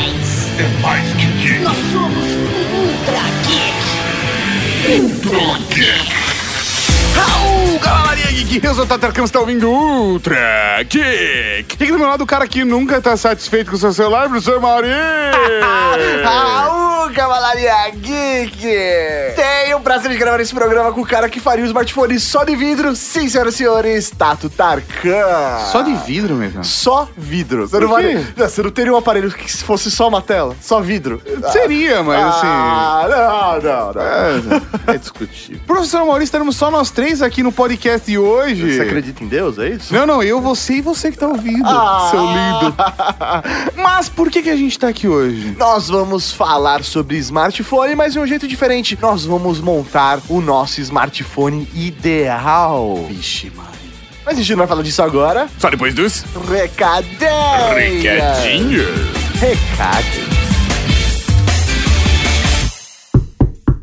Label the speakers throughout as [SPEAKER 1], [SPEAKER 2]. [SPEAKER 1] é mais que geek.
[SPEAKER 2] Nós somos Ultra Geek.
[SPEAKER 1] Ultra Geek.
[SPEAKER 3] Au, Galerinha Geek, eu sou o Tatarcão, você tá ouvindo Ultra Geek. E aqui do meu lado o cara que nunca tá satisfeito com o seu celular, professor Mauri.
[SPEAKER 4] Aú, Cavalaria Geek! Tenho o é. um prazer de gravar esse programa com o cara que faria o smartphone só de vidro. Sim, senhoras e senhores, Tato Tarkan.
[SPEAKER 3] Só de vidro mesmo?
[SPEAKER 4] Só vidro. Você
[SPEAKER 3] Por
[SPEAKER 4] não, vai-
[SPEAKER 3] quê?
[SPEAKER 4] Não, você não teria um aparelho que fosse só uma tela? Só vidro?
[SPEAKER 3] Seria, mas assim...
[SPEAKER 4] Ah, não, não, não.
[SPEAKER 3] É, é discutível. Professor Mauri, estaremos só nós três aqui no podcast de hoje.
[SPEAKER 4] Você acredita em Deus, é isso?
[SPEAKER 3] Não, não, eu, você e você que tá ouvindo,
[SPEAKER 4] Ah.
[SPEAKER 3] seu lindo. Mas por que, que a gente tá aqui hoje?
[SPEAKER 4] Nós vamos falar sobre smartphone, mas de um jeito diferente. Nós vamos montar o nosso smartphone ideal.
[SPEAKER 3] Vixe, Mari.
[SPEAKER 4] Mas a gente não vai falar disso agora.
[SPEAKER 3] Só depois dos...
[SPEAKER 4] Recadinho! Recado.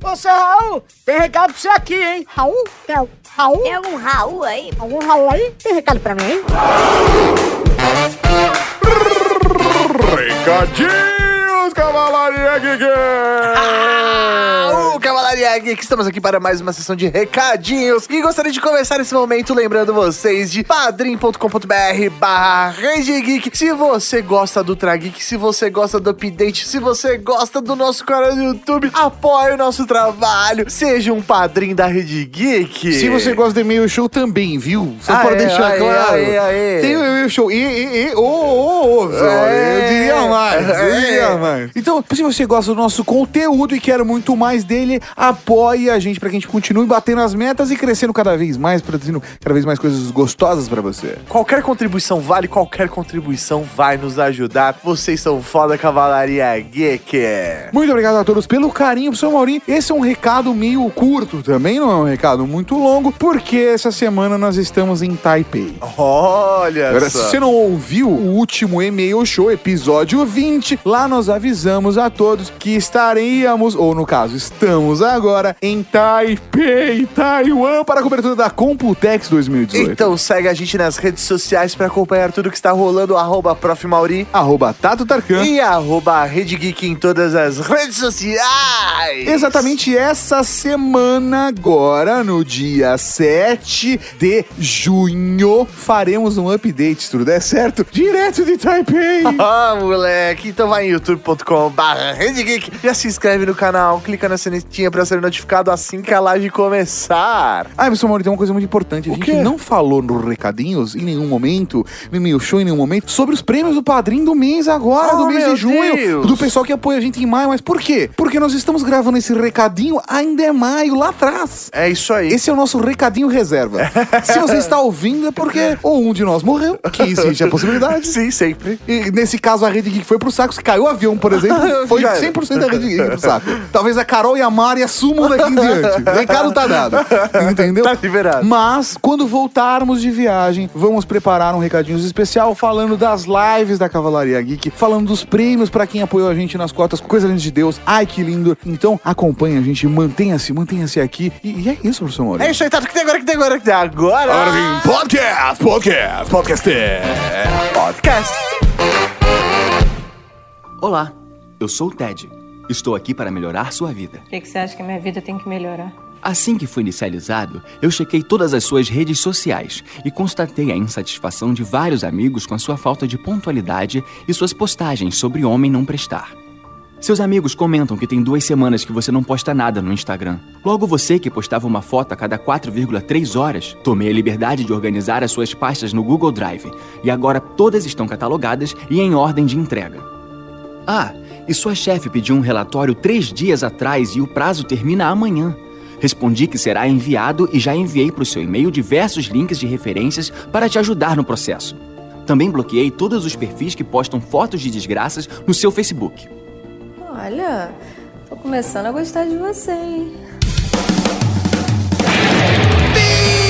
[SPEAKER 5] Ô, seu Raul, tem recado pra você aqui, hein? Raul? Tem al- Raul?
[SPEAKER 2] Tem algum É um Raul aí?
[SPEAKER 5] Algum Raul aí? Tem recado pra mim, hein?
[SPEAKER 3] Recadinhos, Cavalaria Geek!
[SPEAKER 4] Aú, Cavalaria Geek, estamos aqui para mais uma sessão de recadinhos. E gostaria de começar esse momento lembrando vocês de padrim.com.br barra Rede Geek. Se você gosta do Trageek, se você gosta do Update, se você gosta do nosso canal do YouTube, apoie o nosso trabalho. Seja um padrinho da Rede Geek.
[SPEAKER 3] Se você gosta de e-mail show também, viu? Só para
[SPEAKER 4] Aê,
[SPEAKER 3] deixar
[SPEAKER 4] aê,
[SPEAKER 3] claro.
[SPEAKER 4] aê, aê.
[SPEAKER 3] Tem o e-mail show. E, e, e, ô, ô, ô, Zó, eu
[SPEAKER 4] É.
[SPEAKER 3] diria mais. Eu
[SPEAKER 4] É.
[SPEAKER 3] diria mais. Então, se você gosta do nosso conteúdo e quer muito mais dele, apoie a gente para que a gente continue batendo as metas e crescendo cada vez mais, produzindo cada vez mais coisas gostosas para você.
[SPEAKER 4] Qualquer contribuição vale, qualquer contribuição vai nos ajudar. Vocês são foda, Cavalaria Geek.
[SPEAKER 3] Muito obrigado a todos pelo carinho, professor Maurinho. Esse é um recado meio curto também, não é um recado muito longo, porque essa semana nós estamos em Taipei.
[SPEAKER 4] Olha
[SPEAKER 3] Agora, se
[SPEAKER 4] só.
[SPEAKER 3] você é não ouviu o último e-mail show, episódio 20, lá nós avisamos a todos que estaríamos, ou no caso, estamos agora em Taipei, Taiwan, para a cobertura da Computex 2018.
[SPEAKER 4] Então segue a gente nas redes sociais pra acompanhar tudo que está rolando. Arroba Prof. Mauri
[SPEAKER 3] Arroba Tato Tarkan.
[SPEAKER 4] e arroba Rede Geek em todas as redes sociais.
[SPEAKER 3] Exatamente essa semana, agora, no dia 7 de junho, faremos um update, se tudo der certo, direto de Taipei.
[SPEAKER 4] Ah, moleque. Então vai em youtube.com barra Geek. Já se inscreve no canal, clica na sinetinha pra ser notificado assim que a live começar.
[SPEAKER 3] Ah, professor Mauro, tem uma coisa muito importante. A
[SPEAKER 4] O
[SPEAKER 3] gente
[SPEAKER 4] quê?
[SPEAKER 3] não falou no recadinhos em nenhum momento, no meu show em nenhum momento, sobre os prêmios do padrinho do mês agora,
[SPEAKER 4] Oh,
[SPEAKER 3] do mês
[SPEAKER 4] meu
[SPEAKER 3] de junho,
[SPEAKER 4] Deus!
[SPEAKER 3] do pessoal que apoia a gente em maio. Mas por quê? Porque nós estamos gravando esse recadinho ainda é maio, lá atrás.
[SPEAKER 4] É isso aí.
[SPEAKER 3] Esse é o nosso recadinho reserva. Se você está ouvindo, é porque ou um de nós morreu, que existe a possibilidade.
[SPEAKER 4] Sim, sempre.
[SPEAKER 3] E nesse caso, a Rede Geek foi pro saco. Se caiu o avião, por exemplo, foi
[SPEAKER 4] Já era.
[SPEAKER 3] 100% da Rede Geek pro saco. Talvez a Carol e a Mari assumam daqui em diante. O recado tá dado. Entendeu?
[SPEAKER 4] Tá liberado.
[SPEAKER 3] Mas, quando voltarmos de viagem, vamos preparar um recadinho especial falando das lives da Cavalaria Geek, falando dos prêmios pra quem apoiou a gente nas cotas Coisa Linda de Deus. Ai, que lindo. Então, acompanha a gente, mantenha-se, mantenha-se aqui. E, e é isso, professor Mori.
[SPEAKER 4] É isso aí, Tato. O que tem agora? O que tem agora? O que tem agora?
[SPEAKER 3] podcast, podcast, podcast.
[SPEAKER 4] podcast.
[SPEAKER 6] Olá, eu sou o Ted. Estou aqui para melhorar sua vida.
[SPEAKER 7] O que, que você acha que a minha vida tem que melhorar?
[SPEAKER 6] Assim que fui inicializado, eu chequei todas as suas redes sociais e constatei a insatisfação de vários amigos com a sua falta de pontualidade e suas postagens sobre homem não prestar. Seus amigos comentam que tem duas semanas que você não posta nada no Instagram. Logo você que postava uma foto a cada 4,3 horas, tomei a liberdade de organizar as suas pastas no Google Drive e agora todas estão catalogadas e em ordem de entrega. Ah, e sua chefe pediu um relatório três dias atrás e o prazo termina amanhã. Respondi que será enviado e já enviei para o seu e-mail diversos links de referências para te ajudar no processo. Também bloqueei todos os perfis que postam fotos de desgraças no seu Facebook.
[SPEAKER 8] Olha, tô começando a gostar de você, hein?
[SPEAKER 3] Beleza,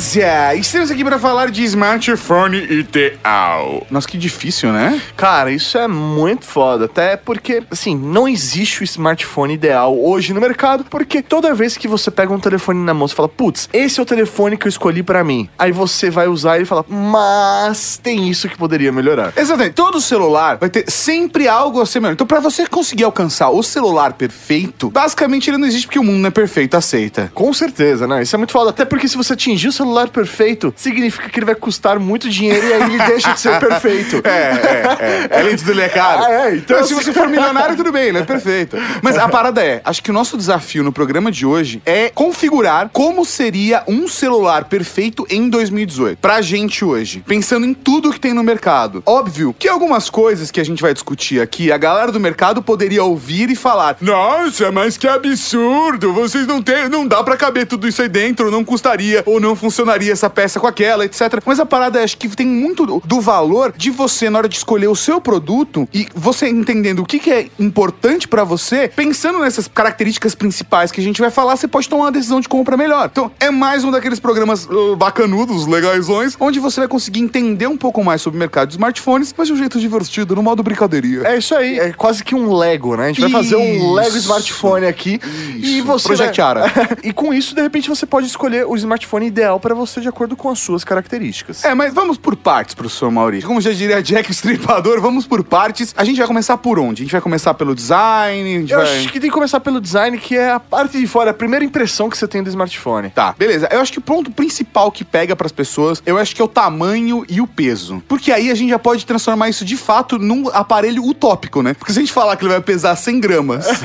[SPEAKER 9] Notícia! Estamos aqui para falar de smartphone ideal. Nossa, que difícil, né?
[SPEAKER 4] Cara, isso é muito foda. Até porque, assim, não existe o smartphone ideal hoje no mercado, porque toda vez que você pega um telefone na mão, você fala, putz, esse é o telefone que eu escolhi pra mim. Aí você vai usar e fala, mas tem isso que poderia melhorar.
[SPEAKER 9] Exatamente. Todo celular vai ter sempre algo a ser melhor. Então, para você conseguir alcançar o celular perfeito, basicamente ele não existe porque o mundo não é perfeito, aceita.
[SPEAKER 4] Com certeza, né? Isso é muito foda. Até porque se você atingir o celular perfeito, significa que ele vai custar muito dinheiro e aí ele deixa de ser perfeito.
[SPEAKER 9] é, é. Além de tudo, ele é caro.
[SPEAKER 4] Ah, é, então
[SPEAKER 9] Mas se você for milionário, tudo bem, né? Perfeito. Mas a parada é, acho que o nosso desafio no programa de hoje é configurar como seria um celular perfeito em 2018. Pra gente hoje. Pensando em tudo que tem no mercado. Óbvio que algumas coisas que a gente vai discutir aqui, a galera do mercado poderia ouvir e falar Nossa, mas que absurdo! Vocês não têm... Não dá pra caber tudo isso aí dentro, não custaria ou não funcionaria essa peça com aquela, etc. Mas a parada é, acho que tem muito do- do valor de você na hora de escolher o seu produto e você entendendo o que, que é importante pra você, pensando nessas características principais que a gente vai falar, você pode tomar uma decisão de compra melhor. Então, é mais um daqueles programas uh, bacanudos, legaisões, onde você vai conseguir entender um pouco mais sobre o mercado de smartphones, mas de um jeito divertido, no modo brincadeirinha.
[SPEAKER 4] É isso aí, é quase que um Lego, né? A gente vai fazer um
[SPEAKER 9] Isso.
[SPEAKER 4] Lego smartphone aqui e
[SPEAKER 9] Isso.
[SPEAKER 4] você
[SPEAKER 9] Project Ara.
[SPEAKER 4] e com isso, de repente, você pode escolher o smartphone ideal pra você de acordo com as suas características.
[SPEAKER 9] É, mas vamos por partes, professor Maurício. Como já diria Jack o Estripador, vamos por partes. A gente vai começar por onde? A gente vai começar pelo design, a gente
[SPEAKER 4] Eu
[SPEAKER 9] vai...
[SPEAKER 4] acho que tem que começar pelo design, que é a parte de fora, a primeira impressão que você tem do smartphone.
[SPEAKER 9] Tá, beleza. Eu acho que o ponto principal que pega pras pessoas, eu acho que é o tamanho e o peso. Porque aí a gente já pode transformar isso de fato num aparelho utópico, né? Porque se a gente falar que ele vai pesar 100 gramas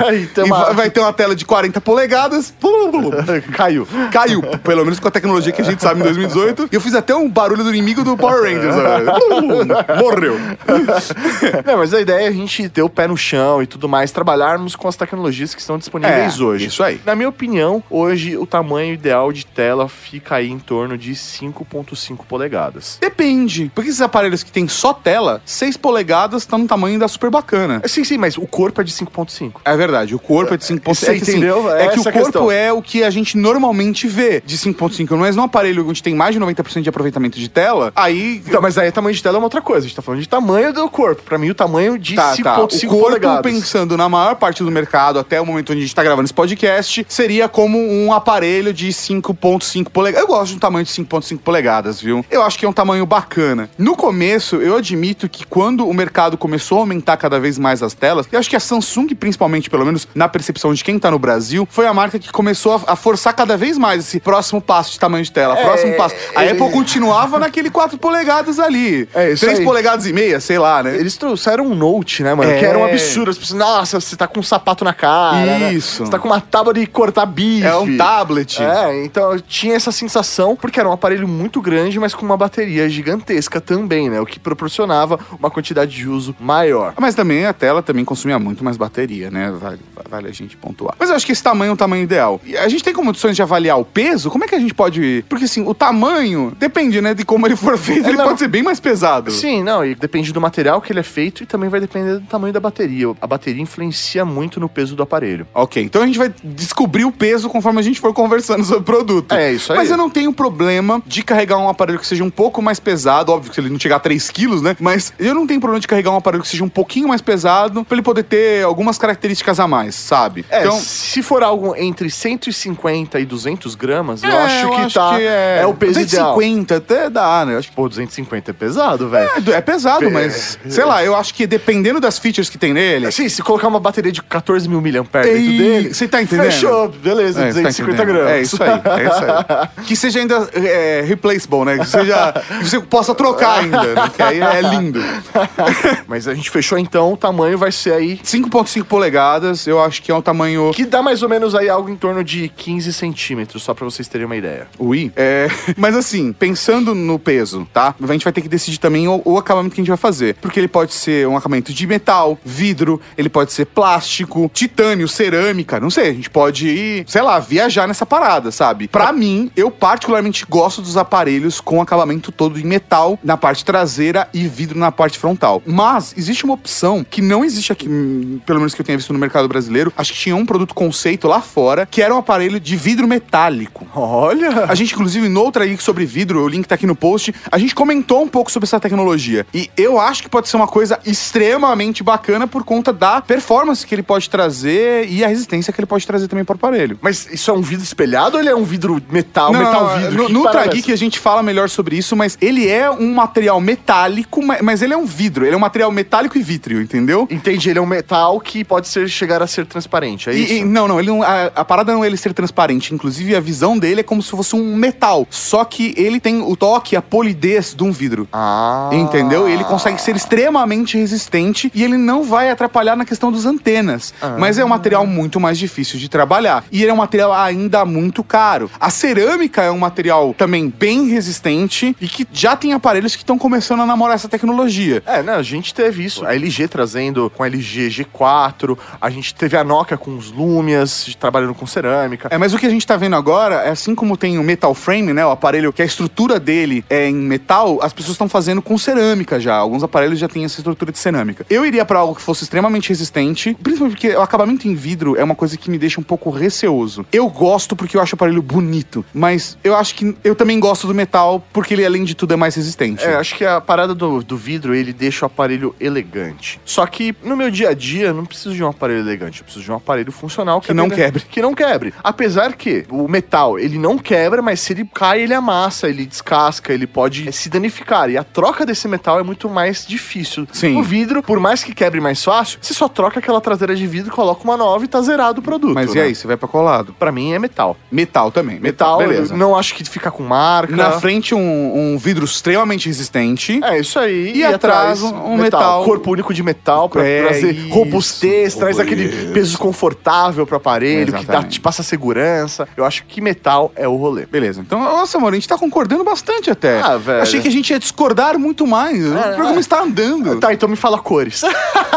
[SPEAKER 4] Aí tem
[SPEAKER 9] e
[SPEAKER 4] uma-
[SPEAKER 9] vai- vai ter uma tela de 40 polegadas, blu, blu, blu,
[SPEAKER 4] Caiu.
[SPEAKER 9] caiu. Pelo menos com a tecnologia que a gente sabe em 2018. E eu fiz até um barulho do inimigo do Power Rangers. né? Blu, blu, blu. Morreu.
[SPEAKER 4] Não, mas a ideia é a gente ter o pé no chão e tudo mais, trabalharmos com as tecnologias que estão disponíveis
[SPEAKER 9] É,
[SPEAKER 4] hoje.
[SPEAKER 9] isso aí.
[SPEAKER 4] Na minha opinião, hoje o tamanho ideal de tela fica aí em torno de 5.5 polegadas.
[SPEAKER 9] Depende. Porque esses aparelhos que tem só tela, 6 polegadas tá no tamanho da super bacana.
[SPEAKER 4] Sim, sim, mas o corpo é de 5.5.
[SPEAKER 9] É verdade, o corpo é de 5.5.
[SPEAKER 4] Você
[SPEAKER 9] É que, assim,
[SPEAKER 4] entendeu?
[SPEAKER 9] É,
[SPEAKER 4] É
[SPEAKER 9] que o
[SPEAKER 4] essa a
[SPEAKER 9] corpo
[SPEAKER 4] questão.
[SPEAKER 9] é o que a gente normalmente vê de 5.5. Mas num aparelho onde tem mais de 90% de aproveitamento de tela, aí.
[SPEAKER 4] Então, mas aí tamanho de tela é uma outra coisa. A gente tá falando de tamanho do corpo. Pra mim, o tamanho de
[SPEAKER 9] Tá,
[SPEAKER 4] 5.5
[SPEAKER 9] tá. O corpo,
[SPEAKER 4] polegadas.
[SPEAKER 9] pensando na maior parte do mercado, até o momento onde a gente tá gravando esse podcast, seria como um aparelho de 5.5 polegadas. Eu gosto de um tamanho de 5.5 polegadas, viu? Eu acho que é um tamanho bacana. No começo, eu admito que quando o mercado começou a aumentar cada vez mais as telas, eu acho que a Samsung, principalmente, pelo menos na percepção de quem tá no Brasil, foi a marca que começou a, a forçar cada vez mais esse próximo passo de tamanho de
[SPEAKER 4] É,
[SPEAKER 9] tela, próximo passo. A Apple continuava naquele 4 polegadas ali.
[SPEAKER 4] É, isso
[SPEAKER 9] 3
[SPEAKER 4] aí.
[SPEAKER 9] polegadas e meia, sei lá, né?
[SPEAKER 4] Eles trouxeram um Note, né, mano?
[SPEAKER 9] É.
[SPEAKER 4] Que era um absurdo. As pessoas, nossa, você tá com um sapato na cara.
[SPEAKER 9] Isso.
[SPEAKER 4] Né? Você tá com uma tábua de cortar bife.
[SPEAKER 9] É um tablet.
[SPEAKER 4] É, então eu tinha essa sensação, porque era um aparelho muito grande, mas com uma bateria gigantesca também, né? O que proporcionava uma quantidade de uso maior.
[SPEAKER 9] Mas também a tela também consumia muito mais bateria, né? Vale, vale a gente pontuar. Mas eu acho que esse tamanho é um tamanho ideal. E a gente tem condições de avaliar o peso? Como é que a gente pode. Porque assim, o tamanho depende, né? De como ele for feito, ele
[SPEAKER 4] É, não.
[SPEAKER 9] pode ser bem mais pesado.
[SPEAKER 4] Sim, não, e depende do material que ele é feito e também vai depender do tamanho da bateria. A bateria influencia muito no peso do aparelho.
[SPEAKER 9] Ok, então a gente vai descobrir o peso conforme a gente for conversando sobre o produto.
[SPEAKER 4] É, isso aí.
[SPEAKER 9] Mas eu não tenho problema de carregar um aparelho que seja um pouco mais pesado, óbvio que se ele não chegar a 3 quilos, né? Mas eu não tenho problema de carregar um aparelho que seja um pouquinho mais pesado pra ele poder ter algumas características a mais, sabe? Então,
[SPEAKER 4] É, se for algo entre 150 e 200 gramas, eu
[SPEAKER 9] É,
[SPEAKER 4] acho que tá.
[SPEAKER 9] é...
[SPEAKER 4] é... o peso ideal.
[SPEAKER 9] 250 até dá, né? Eu acho que...
[SPEAKER 4] Pô, 250 é pesado, velho.
[SPEAKER 9] É, é pesado, mas sei lá, eu acho que dependendo das features que tem nele.
[SPEAKER 4] Assim, se colocar uma bateria de 14 mil miliamperes
[SPEAKER 9] Ei,
[SPEAKER 4] dentro dele.
[SPEAKER 9] É você tá entendendo?
[SPEAKER 4] Fechou, beleza,
[SPEAKER 9] É, você tá
[SPEAKER 4] 250
[SPEAKER 9] entendendo?
[SPEAKER 4] gramas.
[SPEAKER 9] É isso aí, é isso aí. Que seja ainda é, replaceable, né? Que seja. Que você possa trocar ainda, né? Que aí é lindo.
[SPEAKER 4] Mas a gente fechou então, o tamanho vai ser aí.
[SPEAKER 9] 5,5 polegadas, eu acho que é um tamanho.
[SPEAKER 4] Que dá mais ou menos aí algo em torno de 15 centímetros, só pra vocês terem uma ideia.
[SPEAKER 9] Ui. É, mas assim, pensando no peso, tá? A gente vai ter que decidir também o, o acabamento que a gente vai fazer. Porque ele pode ser um acabamento de metal, vidro, ele pode ser plástico, titânio, cerâmica, não sei. A gente pode ir, sei lá, viajar nessa parada, sabe? Pra mim, eu particularmente gosto dos aparelhos com acabamento todo em metal na parte traseira e vidro na parte frontal. Mas existe uma opção que não existe aqui, hum, pelo menos que eu tenha visto no mercado brasileiro. Acho que tinha um produto conceito lá fora, que era um aparelho de vidro metálico.
[SPEAKER 4] Olha!
[SPEAKER 9] A gente, inclusive, inclusive, noutra geek sobre vidro, o link tá aqui no post, a gente comentou um pouco sobre essa tecnologia. E eu acho que pode ser uma coisa extremamente bacana por conta da performance que ele pode trazer e a resistência que ele pode trazer também para o aparelho.
[SPEAKER 4] Mas isso é um vidro espelhado ou ele é um vidro metal, metal vidro?
[SPEAKER 9] No,
[SPEAKER 4] Que
[SPEAKER 9] no
[SPEAKER 4] parada
[SPEAKER 9] Ultra
[SPEAKER 4] é
[SPEAKER 9] Geek a gente fala melhor sobre isso, mas ele é um material metálico, ma- mas ele é um vidro. Ele é um material metálico e vítreo, entendeu?
[SPEAKER 4] essa? Entendi, ele é um metal que pode ser, chegar a ser transparente, é
[SPEAKER 9] E-
[SPEAKER 4] isso?
[SPEAKER 9] e- não, não, ele não- a, a parada não é ele ser transparente. Inclusive, a visão dele é como se fosse um metal. Só que ele tem o toque, a polidez de um vidro.
[SPEAKER 4] Ah.
[SPEAKER 9] Entendeu? E ele consegue ser extremamente resistente e ele não vai atrapalhar na questão dos antenas. Mas é um material muito mais difícil de trabalhar. E ele é um material ainda muito caro. A cerâmica é um material também bem resistente e que já tem aparelhos que estão começando a namorar essa tecnologia.
[SPEAKER 4] É, né, a gente teve isso. A LG trazendo com a LG G4, a gente teve a Nokia com os Lumias, trabalhando com cerâmica.
[SPEAKER 9] É, mas o que a gente tá vendo agora é assim como tem o metal frame, né? O aparelho que a estrutura dele é em metal, as pessoas estão fazendo com cerâmica já. Alguns aparelhos já têm essa estrutura de cerâmica. Eu iria pra algo que fosse extremamente resistente, principalmente porque o acabamento em vidro é uma coisa que me deixa um pouco receoso. Eu gosto porque eu acho o aparelho bonito, mas eu acho que eu também gosto do metal porque ele, além de tudo, é mais resistente.
[SPEAKER 4] É, acho que a parada do, do vidro, ele deixa o aparelho elegante. Só que no meu dia a dia, eu não preciso de um aparelho elegante. Eu preciso de um aparelho funcional
[SPEAKER 9] Que não
[SPEAKER 4] apenas-
[SPEAKER 9] quebre.
[SPEAKER 4] Que não quebre. Apesar que o metal, ele não quebra, mas se ele cai, ele amassa, ele descasca, ele pode eh, se danificar. E a troca desse metal é muito mais difícil.
[SPEAKER 9] Sim.
[SPEAKER 4] O vidro, por mais que quebre mais fácil, você só troca aquela traseira de vidro, coloca uma nova e tá zerado o produto.
[SPEAKER 9] Mas e
[SPEAKER 4] né?
[SPEAKER 9] aí, você vai pra colado?
[SPEAKER 4] Pra mim é metal.
[SPEAKER 9] é Metal também. Metal,
[SPEAKER 4] Metal,
[SPEAKER 9] beleza.
[SPEAKER 4] eu não acho que fica com marca.
[SPEAKER 9] Na frente, um, um vidro extremamente resistente.
[SPEAKER 4] É isso aí.
[SPEAKER 9] E atrás, um metal.
[SPEAKER 4] Corpo único de metal pra
[SPEAKER 9] É
[SPEAKER 4] trazer
[SPEAKER 9] isso.
[SPEAKER 4] robustez, traz aquele peso confortável pro aparelho, que dá,
[SPEAKER 9] Exatamente.
[SPEAKER 4] te passa segurança. Eu acho que metal é o rolê.
[SPEAKER 9] Beleza, então, nossa, amor, a gente tá concordando bastante até.
[SPEAKER 4] Ah, velho. É,
[SPEAKER 9] Achei que a gente ia discordar muito mais. o programa está andando.
[SPEAKER 4] Tá, então me fala cores. Tá.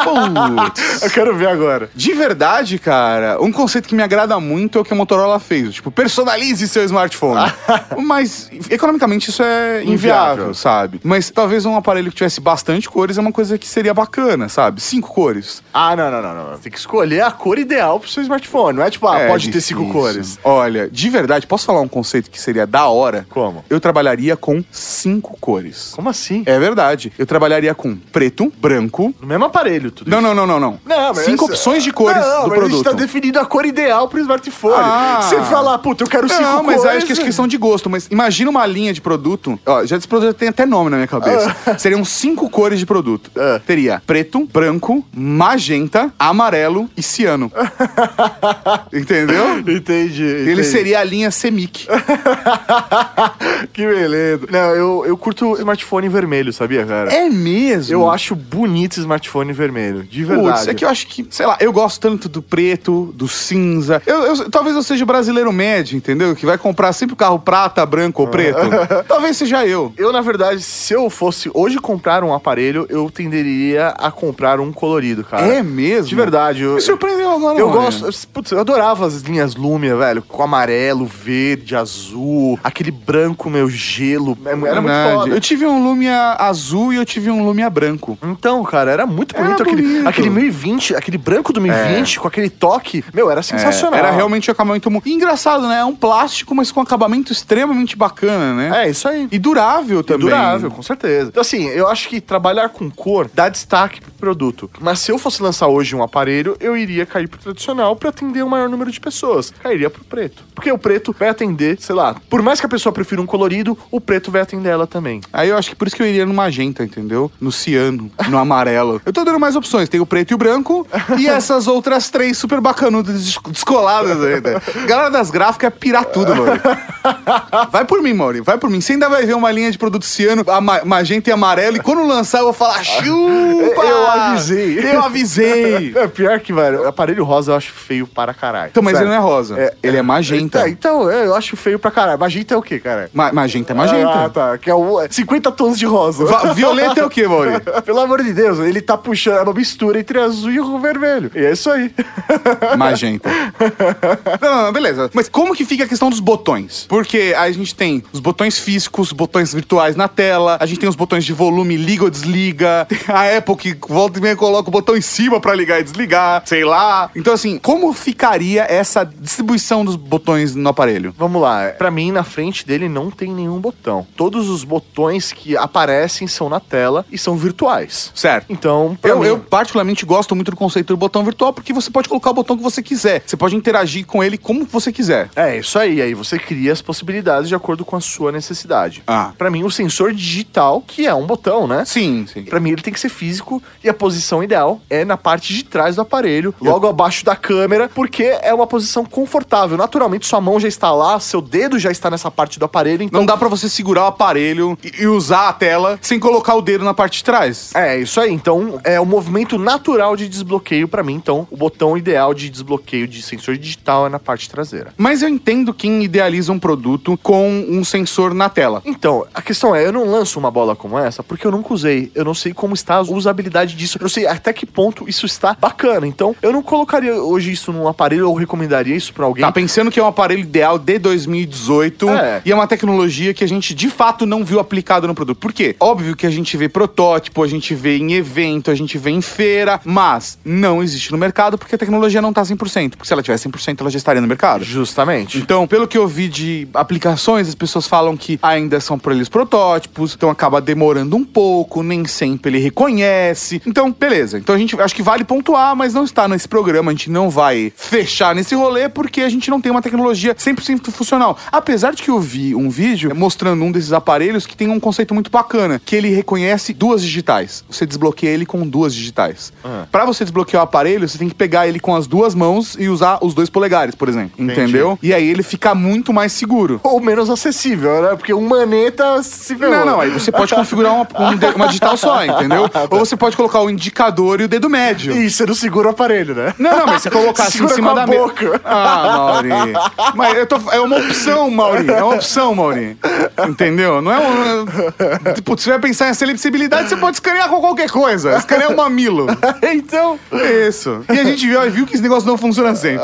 [SPEAKER 9] Putz.
[SPEAKER 4] eu quero ver agora.
[SPEAKER 9] De verdade, cara, um conceito que me agrada muito é o que a Motorola fez. Tipo, personalize seu smartphone. Mas, economicamente, isso é inviável,
[SPEAKER 4] Inviável.
[SPEAKER 9] sabe? Mas talvez um aparelho que tivesse bastante cores é uma coisa que seria bacana, sabe? Cinco cores.
[SPEAKER 4] Ah, não, não, não, não. Tem que escolher a cor ideal pro seu smartphone. Não é tipo, ah,
[SPEAKER 9] É
[SPEAKER 4] pode ter
[SPEAKER 9] difícil.
[SPEAKER 4] cinco cores.
[SPEAKER 9] Olha, de verdade, posso falar um conceito que seria da hora?
[SPEAKER 4] Como?
[SPEAKER 9] Eu trabalharia com cinco cores.
[SPEAKER 4] Como assim?
[SPEAKER 9] É verdade. Eu trabalharia com preto, branco.
[SPEAKER 4] No mesmo aparelho, tudo
[SPEAKER 9] Não, não, não, não, não.
[SPEAKER 4] Não, mas
[SPEAKER 9] Cinco
[SPEAKER 4] essa-
[SPEAKER 9] opções de cores
[SPEAKER 4] Não,
[SPEAKER 9] do
[SPEAKER 4] mas
[SPEAKER 9] produto.
[SPEAKER 4] a gente tá definindo a cor ideal pro smartphone.
[SPEAKER 9] Ah.
[SPEAKER 4] Você fala, puta, eu quero cinco
[SPEAKER 9] não, mas
[SPEAKER 4] cores.
[SPEAKER 9] acho que é questão de gosto. Mas imagina uma linha de produto. Ó, já esse produto já tem até nome na minha cabeça. Seriam cinco cores de produto.
[SPEAKER 4] Ah.
[SPEAKER 9] Teria preto, branco, magenta, amarelo e ciano. Entendeu?
[SPEAKER 4] Entendi.
[SPEAKER 9] Ele
[SPEAKER 4] entendi.
[SPEAKER 9] seria a linha Semic.
[SPEAKER 4] que beleza. Não, eu, eu curto smartphone vermelho, sabia, cara?
[SPEAKER 9] É mesmo?
[SPEAKER 4] Eu acho bonito smartphone vermelho, de verdade.
[SPEAKER 9] Putz, é que eu acho que, sei lá, eu gosto tanto do preto, do cinza. Eu, eu- talvez eu seja o brasileiro médio, entendeu? Que vai comprar sempre o carro prata, branco ou preto. talvez seja eu.
[SPEAKER 4] Eu, na verdade, se eu fosse hoje comprar um aparelho, eu tenderia a comprar um colorido, cara.
[SPEAKER 9] É mesmo?
[SPEAKER 4] De verdade. Eu,
[SPEAKER 9] Me surpreendeu agora,
[SPEAKER 4] eu
[SPEAKER 9] olha.
[SPEAKER 4] gosto. Putz, eu adorava as linhas Lumia, velho. Com amarelo, verde, azul, aquele branco, meu, gelo. É, Era
[SPEAKER 9] Verdade.
[SPEAKER 4] muito foda.
[SPEAKER 9] Eu tive um Lumia azul e eu tive um Lumia branco.
[SPEAKER 4] Então, cara, era muito
[SPEAKER 9] Era
[SPEAKER 4] bonito, aquele,
[SPEAKER 9] bonito.
[SPEAKER 4] aquele 1020, aquele branco do 1020, com aquele toque. Meu, É, era sensacional.
[SPEAKER 9] É, Era realmente um acabamento muito. e Engraçado, né? É um plástico, mas com acabamento extremamente bacana, né?
[SPEAKER 4] É, isso aí.
[SPEAKER 9] E durável também.
[SPEAKER 4] Durável, com certeza. Então, assim, eu acho que trabalhar com cor dá destaque pro produto. Mas se eu fosse lançar hoje um aparelho, eu iria cair pro tradicional pra atender o maior número de pessoas. Cairia pro preto. Porque o preto vai atender, sei lá, por mais que a pessoa prefira um colorido, o preto vai atender ela também.
[SPEAKER 9] Aí eu acho que por isso que eu iria no magenta, entendeu? No ciano, no amarelo. Eu tô dando mais opções. Tem o preto e o branco e essas outras três super bacanudas des- descoladas ainda. Galera das gráficas é pirar tudo, Mauri. Vai por mim, Mauri. Vai por mim. Você ainda vai ver uma linha de produto ciano, ama- magenta e amarelo. E quando lançar, eu vou falar, chupa!
[SPEAKER 4] Eu avisei.
[SPEAKER 9] Eu avisei.
[SPEAKER 4] É pior que, velho, aparelho rosa eu acho feio para caralho.
[SPEAKER 9] Então, mas
[SPEAKER 4] Sério.
[SPEAKER 9] ele não é rosa.
[SPEAKER 4] É,
[SPEAKER 9] ele é magenta.
[SPEAKER 4] Tá, então, é, eu acho feio pra caralho. Magenta é o quê, cara?
[SPEAKER 9] Ma- magenta é
[SPEAKER 4] Ah,
[SPEAKER 9] magenta.
[SPEAKER 4] tá. Que é o 50 tons de rosa.
[SPEAKER 9] Va- Violeta é o quê, Mauri?
[SPEAKER 4] Pelo amor de Deus, ele tá puxando é uma mistura entre azul e o vermelho. E é isso aí.
[SPEAKER 9] Magenta. Não, não, não, beleza. Mas como que fica a questão dos botões? Porque a gente tem os botões físicos, botões virtuais na tela, a gente tem os botões de volume liga ou desliga, a Apple que volta e meia coloca o botão em cima pra ligar e desligar, sei lá. Então, assim, como ficaria essa distribuição dos botões no aparelho?
[SPEAKER 4] Vamos lá. Pra mim, na frente dele não tem nenhum botão. Todos os botões que aparecem são na tela e são virtuais.
[SPEAKER 9] Certo.
[SPEAKER 4] Então, pra
[SPEAKER 9] Eu,
[SPEAKER 4] mim,
[SPEAKER 9] eu particularmente gosto muito do conceito do botão virtual porque você pode colocar o botão que você quiser. Você pode interagir com ele como você quiser.
[SPEAKER 4] É, isso aí. Aí você cria as possibilidades de acordo com a sua necessidade.
[SPEAKER 9] Ah.
[SPEAKER 4] Pra mim, o sensor digital, que é um botão, né?
[SPEAKER 9] Sim, sim.
[SPEAKER 4] Pra mim, ele tem que ser físico e a posição ideal é na parte de trás do aparelho, logo abaixo da câmera, porque é uma posição confortável. Naturalmente, sua mão já está lá, seu dedo já está nessa parte do aparelho, então.
[SPEAKER 9] Não dá pra você segurar o aparelho e e usar a tela sem colocar o dedo na parte de trás.
[SPEAKER 4] É, isso aí. Então, é o movimento natural de desbloqueio pra mim. Então, o botão ideal de desbloqueio de sensor digital é na parte traseira.
[SPEAKER 9] Mas eu entendo quem idealiza um produto com um sensor na tela.
[SPEAKER 4] Então, a questão é, eu não lanço uma bola como essa porque eu nunca usei. Eu não sei como está a usabilidade disso. Eu não sei até que ponto isso está bacana. Então, eu não colocaria hoje isso num aparelho ou recomendaria isso pra alguém.
[SPEAKER 9] Tá pensando que é um aparelho ideal de 2018
[SPEAKER 4] É.
[SPEAKER 9] e é uma tecnologia que a gente de fato não viu aplicada no produto. Por quê? Óbvio que a gente vê protótipo, a gente vê em evento, a gente vê em feira, mas não existe no mercado porque a tecnologia não tá 100%. Porque se ela tivesse 100%, ela já estaria no mercado.
[SPEAKER 4] Justamente.
[SPEAKER 9] Então, pelo que eu vi de aplicações, as pessoas falam que ainda são para eles protótipos, então acaba demorando um pouco, nem sempre ele reconhece. Então, beleza. Então a gente acho que vale pontuar, mas não está nesse programa, a gente não vai fechar nesse rolê porque a gente não tem uma tecnologia 100% funcional. Apesar de que eu vi um vídeo mostrando um desses aparelhos que tem um conceito muito bacana, que ele reconhece duas digitais. Você desbloqueia ele com duas digitais.
[SPEAKER 4] Ah.
[SPEAKER 9] Para você desbloquear o aparelho, você tem que pegar ele com as duas mãos e usar os dois polegares, por exemplo.
[SPEAKER 4] Entendi.
[SPEAKER 9] Entendeu? E aí ele fica muito mais seguro.
[SPEAKER 4] Ou menos acessível, né? Porque um maneta se ferrou.
[SPEAKER 9] Não, não, aí você pode configurar uma, um de- uma digital só, entendeu? Ou você pode colocar o indicador e o dedo médio.
[SPEAKER 4] Ih, você não segura o aparelho, né?
[SPEAKER 9] Não, não, mas você colocar assim em
[SPEAKER 4] Segura
[SPEAKER 9] cima
[SPEAKER 4] com a
[SPEAKER 9] da mesa.
[SPEAKER 4] boca.
[SPEAKER 9] Ah, Mauri. Mas eu tô, é uma opção, Mauri. É uma opção, Mauri. Entendeu? Não é um. Putz, você vai pensar em acessibilidade, você pode escanear com qualquer coisa. Escanear um mamilo.
[SPEAKER 4] então,
[SPEAKER 9] Isso. E a gente viu, viu que esse negócio não funciona sempre.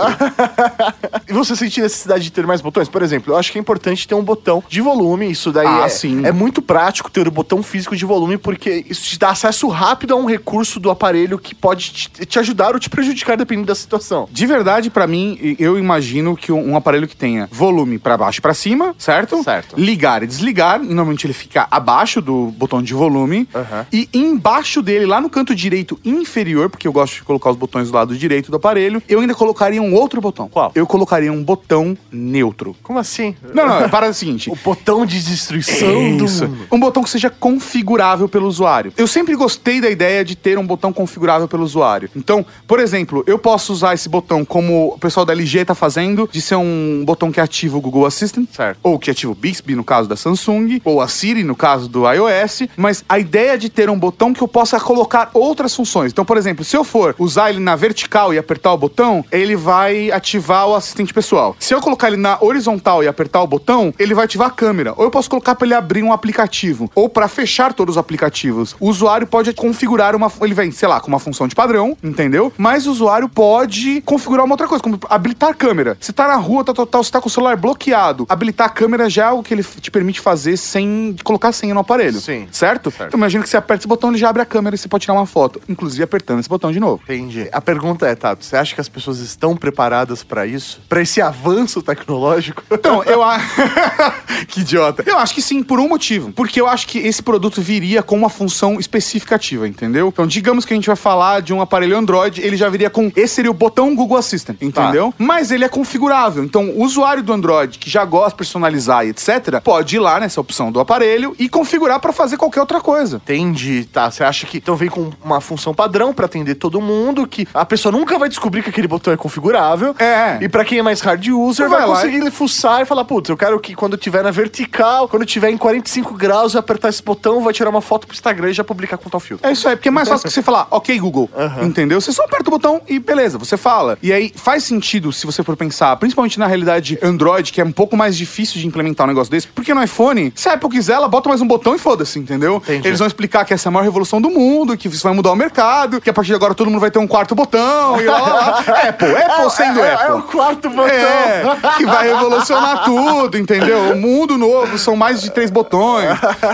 [SPEAKER 4] e você sentir necessidade de ter mais botões? Por exemplo, eu acho que é importante ter um botão de volume. Isso daí
[SPEAKER 9] Ah,
[SPEAKER 4] é,
[SPEAKER 9] sim.
[SPEAKER 4] é muito prático ter o botão físico de volume, porque isso te dá acesso rápido a um recurso do aparelho que pode te, te ajudar ou te prejudicar, dependendo da situação.
[SPEAKER 9] De verdade, pra mim, e- eu imagino que um um aparelho que tenha volume pra baixo e pra cima, certo?
[SPEAKER 4] Certo.
[SPEAKER 9] Ligar e desligar, normalmente ele fica abaixo do botão de volume
[SPEAKER 4] Aham.
[SPEAKER 9] e embaixo dele, lá no canto direito inferior, porque eu gosto de colocar os botões do lado direito do aparelho, eu ainda colocaria um outro botão.
[SPEAKER 4] Qual?
[SPEAKER 9] Eu colocaria um botão neutro.
[SPEAKER 4] Como assim?
[SPEAKER 9] Não, não, para o seguinte.
[SPEAKER 4] O botão de destruição do
[SPEAKER 9] Isso.
[SPEAKER 4] mundo.
[SPEAKER 9] Um botão que seja configurável pelo usuário. Eu sempre gostei da ideia de ter um botão configurável pelo usuário. Então, por exemplo, eu posso usar esse botão como o pessoal da LG tá fazendo, de ser um botão que ativa o Google Assistant,
[SPEAKER 4] Certo.
[SPEAKER 9] ou que ativa o Bixby no caso da Samsung, ou a Siri no caso do iOS, mas a ideia de ter um botão que eu possa colocar outras funções. Então, por exemplo, se eu for usar ele na vertical e apertar o botão, ele vai ativar o assistente pessoal. Se eu colocar ele na horizontal e apertar o botão, ele vai ativar a câmera. Ou eu posso colocar para ele abrir um aplicativo, ou para fechar todos os aplicativos. O usuário pode configurar uma, ele vem, sei lá, com uma função de padrão, entendeu? Mas o usuário pode configurar uma outra coisa, como habilitar a câmera. Você tá na rua, tá total, você tá com o celular bloqueado. Habilitar a câmera já é algo que ele te permite fazer sem colocar senha no aparelho.
[SPEAKER 4] Sim.
[SPEAKER 9] Certo? Então imagina que você aperta esse botão, ele já abre a câmera e você pode tirar uma foto, inclusive apertando esse botão de novo.
[SPEAKER 4] Entendi. A pergunta é, Tato, você acha que as pessoas estão preparadas pra isso? Pra esse avanço tecnológico?
[SPEAKER 9] Então, eu acho. que idiota. Eu acho que sim, por um motivo. Porque eu acho que esse produto viria com uma função específica ativa, entendeu? Então, digamos que a gente vai falar de um aparelho Android, ele já viria com. Esse seria o botão Google Assistant, entendeu? Mas ele é configurável. Então, o usuário do Android, que já gosta de personalizar e etc., pode ir lá nessa opção do aparelho e configurar pra fazer qualquer outra coisa.
[SPEAKER 4] Entendi, tá. Você acha que então vem com uma função padrão pra atender todo mundo, que a pessoa nunca vai descobrir que aquele botão é configurável.
[SPEAKER 9] É.
[SPEAKER 4] E pra quem é mais hard user,
[SPEAKER 9] Vai
[SPEAKER 4] vai,
[SPEAKER 9] lá
[SPEAKER 4] conseguir ele fuçar e falar, putz, eu quero que quando eu tiver na vertical, quando eu tiver em 45 graus, eu apertar esse botão, vai tirar uma foto pro Instagram e já publicar com tal filtro.
[SPEAKER 9] É isso aí, porque é mais fácil que você falar, ok, Google. Entendeu? Você só aperta o botão e beleza, você fala. E aí faz sentido se você for pensar, principalmente na realidade Android, que é um pouco mais difícil de implementar um negócio desse, porque no iPhone, se a Apple quiser, ela bota mais um botão e foda-se, entendeu?
[SPEAKER 4] Entendi.
[SPEAKER 9] Eles vão explicar que essa é a maior revolução do mundo, que isso vai mudar o mercado, que a partir de agora todo mundo vai ter um quarto botão e lá, lá, lá. Apple, Apple sendo
[SPEAKER 4] é,
[SPEAKER 9] Apple.
[SPEAKER 4] é o quarto botão.
[SPEAKER 9] É, que vai revolucionar mudar tudo, entendeu? O mundo novo são mais de três botões.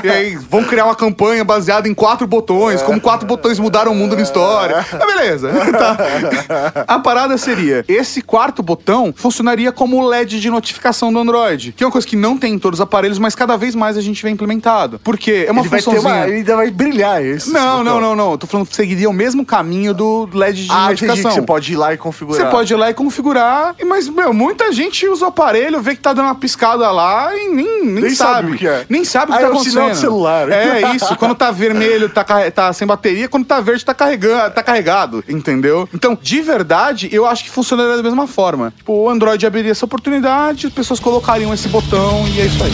[SPEAKER 9] E aí vão criar uma campanha baseada em quatro botões, como quatro botões mudaram o mundo na história. Mas beleza. tá. A parada seria: esse quarto botão funcionaria como o LED de notificação do Android, que é uma coisa que não tem em todos os aparelhos, mas cada vez mais a gente vê implementado. Porque é uma
[SPEAKER 4] ele vai ter uma,
[SPEAKER 9] funçãozinha.
[SPEAKER 4] ele ainda vai brilhar esse.
[SPEAKER 9] Não,
[SPEAKER 4] esse
[SPEAKER 9] não,
[SPEAKER 4] botão.
[SPEAKER 9] não, não. Eu tô falando que seguiria o mesmo caminho do LED de
[SPEAKER 4] Ah, entendi que
[SPEAKER 9] notificação.
[SPEAKER 4] você pode ir lá e configurar.
[SPEAKER 9] Você pode ir lá e configurar, e- mas, meu, muita gente usa o aparelho, vê que tá dando uma piscada lá e nem, nem,
[SPEAKER 4] Nem sabe o que é.
[SPEAKER 9] Nem sabe o que
[SPEAKER 4] Ah,
[SPEAKER 9] tá
[SPEAKER 4] é o
[SPEAKER 9] acontecendo.
[SPEAKER 4] sinal do celular.
[SPEAKER 9] É isso. Quando tá vermelho, tá, carre- tá sem bateria. Quando tá verde, tá, carregando, tá carregado. Entendeu? Então, de verdade, eu acho que funcionaria da mesma forma. Tipo, o Android abriria essa oportunidade, as pessoas colocariam esse botão e é isso aí.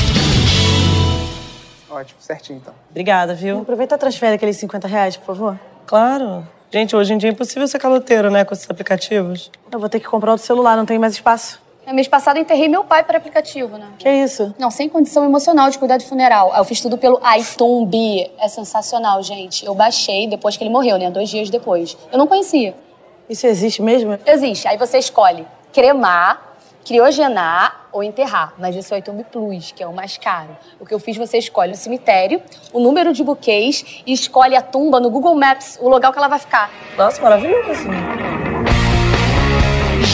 [SPEAKER 1] Ótimo, certinho então.
[SPEAKER 10] Obrigada, viu? Aproveita e transfere aqueles 50 reais, por favor. Claro. Gente, hoje em dia é impossível ser caloteiro, né, com esses aplicativos. Eu vou ter que comprar outro celular, não tem mais espaço.
[SPEAKER 11] No mês passado, eu enterrei meu pai por aplicativo, né?
[SPEAKER 10] Que isso?
[SPEAKER 11] Não, sem condição emocional de cuidar de funeral. Aí Eu fiz tudo pelo iTumbi. É sensacional, gente. Eu baixei depois que ele morreu, né? Dois dias depois. Eu não conhecia.
[SPEAKER 10] Isso existe mesmo?
[SPEAKER 11] Existe. Aí você escolhe cremar, criogenar ou enterrar. Mas esse é o iTumbi Plus, que é o mais caro. O que eu fiz, você escolhe o cemitério, o número de buquês e escolhe a tumba no Google Maps, o local que ela vai ficar.
[SPEAKER 10] Nossa, maravilhoso.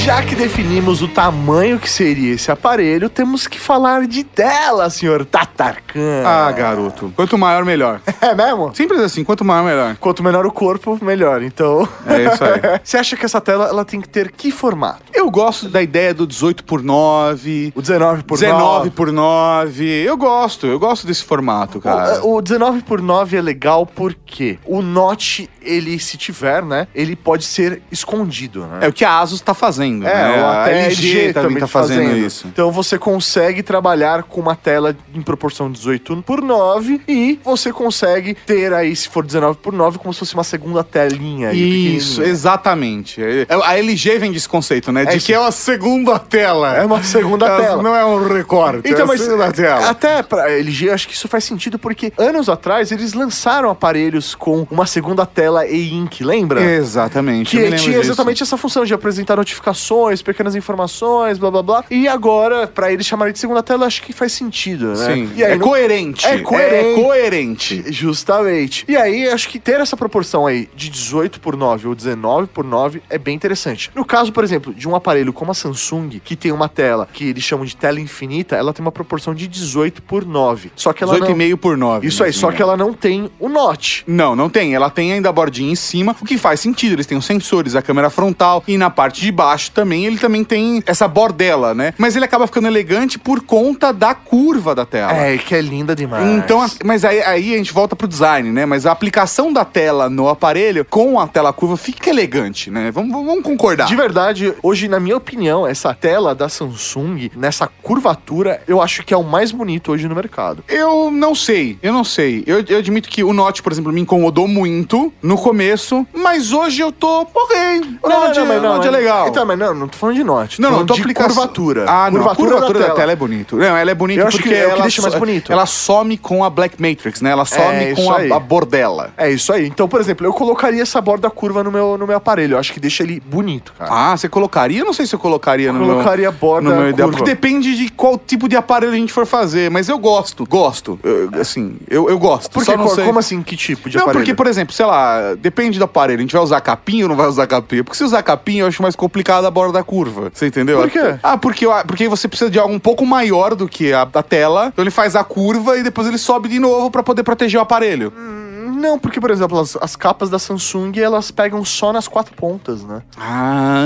[SPEAKER 4] Já que definimos o tamanho que seria esse aparelho, temos que falar de tela, senhor Tatarkan.
[SPEAKER 9] Ah, garoto. Quanto maior, melhor.
[SPEAKER 4] É mesmo?
[SPEAKER 9] Simples assim, quanto maior, melhor.
[SPEAKER 4] Quanto menor o corpo, melhor. Então.
[SPEAKER 9] É isso aí.
[SPEAKER 4] Você acha que essa tela ela tem que ter que formato?
[SPEAKER 9] Eu gosto da ideia do 18 por 9,
[SPEAKER 4] O 19 por
[SPEAKER 9] 19
[SPEAKER 4] 9.
[SPEAKER 9] por 9. Eu gosto, eu gosto desse formato, cara.
[SPEAKER 4] O, o 19 por 9 é legal porque o notch, ele, se tiver, né? Ele pode ser escondido, né?
[SPEAKER 9] É o que a Asus tá fazendo. né?
[SPEAKER 4] ou
[SPEAKER 9] a LG também tá fazendo, isso.
[SPEAKER 4] Então você consegue trabalhar com uma tela em proporção 18 por 9 e você consegue ter aí, se for 19 por 9, como se fosse uma segunda telinha. aí,
[SPEAKER 9] Isso,
[SPEAKER 4] pequenininha.
[SPEAKER 9] exatamente. É, A LG vem desse conceito, né? De
[SPEAKER 4] isso.
[SPEAKER 9] que é uma segunda tela.
[SPEAKER 4] É uma segunda
[SPEAKER 9] É,
[SPEAKER 4] tela.
[SPEAKER 9] Não é um recorte. é
[SPEAKER 4] Então,
[SPEAKER 9] uma
[SPEAKER 4] mas
[SPEAKER 9] segunda tela.
[SPEAKER 4] até pra LG, eu acho que isso faz sentido porque anos atrás eles lançaram aparelhos com uma segunda tela e ink, lembra?
[SPEAKER 9] Exatamente. eu me
[SPEAKER 4] Que
[SPEAKER 9] lembro
[SPEAKER 4] tinha
[SPEAKER 9] disso.
[SPEAKER 4] exatamente essa função de apresentar notificações, pequenas informações, blá blá blá. E agora, pra eles chamarem de segunda tela, acho que faz sentido, né?
[SPEAKER 9] Sim.
[SPEAKER 4] E aí,
[SPEAKER 9] é
[SPEAKER 4] não-
[SPEAKER 9] coerente.
[SPEAKER 4] É coerente.
[SPEAKER 9] É coerente.
[SPEAKER 4] Justamente. E aí, acho que ter essa proporção aí de 18 por 9 ou 19 por 9 é bem interessante. No caso, por exemplo, de um aparelho como a Samsung, que tem uma tela que eles chamam de tela infinita, ela tem uma proporção de 18 por 9. Só que ela não...
[SPEAKER 9] 18,5 por 9.
[SPEAKER 4] Isso aí,
[SPEAKER 9] mas
[SPEAKER 4] só
[SPEAKER 9] não é.
[SPEAKER 4] que ela não tem o notch.
[SPEAKER 9] Não, não tem. Ela tem ainda a bordinha em cima, o que faz sentido. Eles têm os sensores, a câmera frontal e na parte de baixo também ele também tem essa bordela, né? Mas ele acaba ficando elegante por conta da curva da tela.
[SPEAKER 4] É, que é linda demais.
[SPEAKER 9] Ah Então, a- mas aí, aí a gente volta pro design, né? Mas a aplicação da tela no aparelho com a tela curva fica elegante, né? Vamos, vamos- vamos concordar.
[SPEAKER 4] De verdade, hoje, na minha opinião, essa tela da Samsung, nessa curvatura, eu acho que é o mais bonito hoje no mercado.
[SPEAKER 9] Eu não sei, eu não sei. Eu, eu admito que o Note, por exemplo, me incomodou muito no começo, mas hoje eu tô, ok. O Note, o Note é legal.
[SPEAKER 4] Então, mas não, não tô falando de Note. tô
[SPEAKER 9] Não, não,
[SPEAKER 4] falando
[SPEAKER 9] tô
[SPEAKER 4] de
[SPEAKER 9] aplicando.
[SPEAKER 4] curvatura.
[SPEAKER 9] Ah, não.
[SPEAKER 4] curvatura,
[SPEAKER 9] a curvatura da, tela. é bonito. Não, ela é bonita
[SPEAKER 4] Eu acho
[SPEAKER 9] porque
[SPEAKER 4] que é o que
[SPEAKER 9] ela
[SPEAKER 4] deixa mais
[SPEAKER 9] so-
[SPEAKER 4] bonito. É,
[SPEAKER 9] Ela some com a Black Matrix, né? Ela some
[SPEAKER 4] isso
[SPEAKER 9] com
[SPEAKER 4] aí.
[SPEAKER 9] a, a bordela.
[SPEAKER 4] É isso aí. Então, por exemplo, eu colocaria essa borda curva no meu, no meu aparelho. Eu acho que deixa ele bonito, cara.
[SPEAKER 9] Ah, você colocaria? Eu não sei se eu colocaria no meu...
[SPEAKER 4] Colocaria a borda
[SPEAKER 9] no meu ideal.
[SPEAKER 4] curva.
[SPEAKER 9] Porque depende de qual tipo de aparelho a gente for fazer. Mas eu gosto, gosto. Eu- assim, eu, eu gosto.
[SPEAKER 4] Por
[SPEAKER 9] Só
[SPEAKER 4] quê?
[SPEAKER 9] não
[SPEAKER 4] Co-
[SPEAKER 9] sei...
[SPEAKER 4] como assim? Que tipo de
[SPEAKER 9] não,
[SPEAKER 4] aparelho?
[SPEAKER 9] porque, por exemplo, sei lá, depende do aparelho. A gente vai usar capinha ou não vai usar capinha? Porque se usar capinha, eu acho mais complicado a borda da curva. Você entendeu?
[SPEAKER 4] Por quê?
[SPEAKER 9] Ah, porque, eu- porque você precisa de algo um pouco maior do que a, a tela. Então ele faz a curva e depois ele sobe de novo pra poder proteger o aparelho.
[SPEAKER 4] Não, porque, por exemplo, as, as capas da Samsung, elas pegam só nas quatro pontas, né?
[SPEAKER 9] Ah.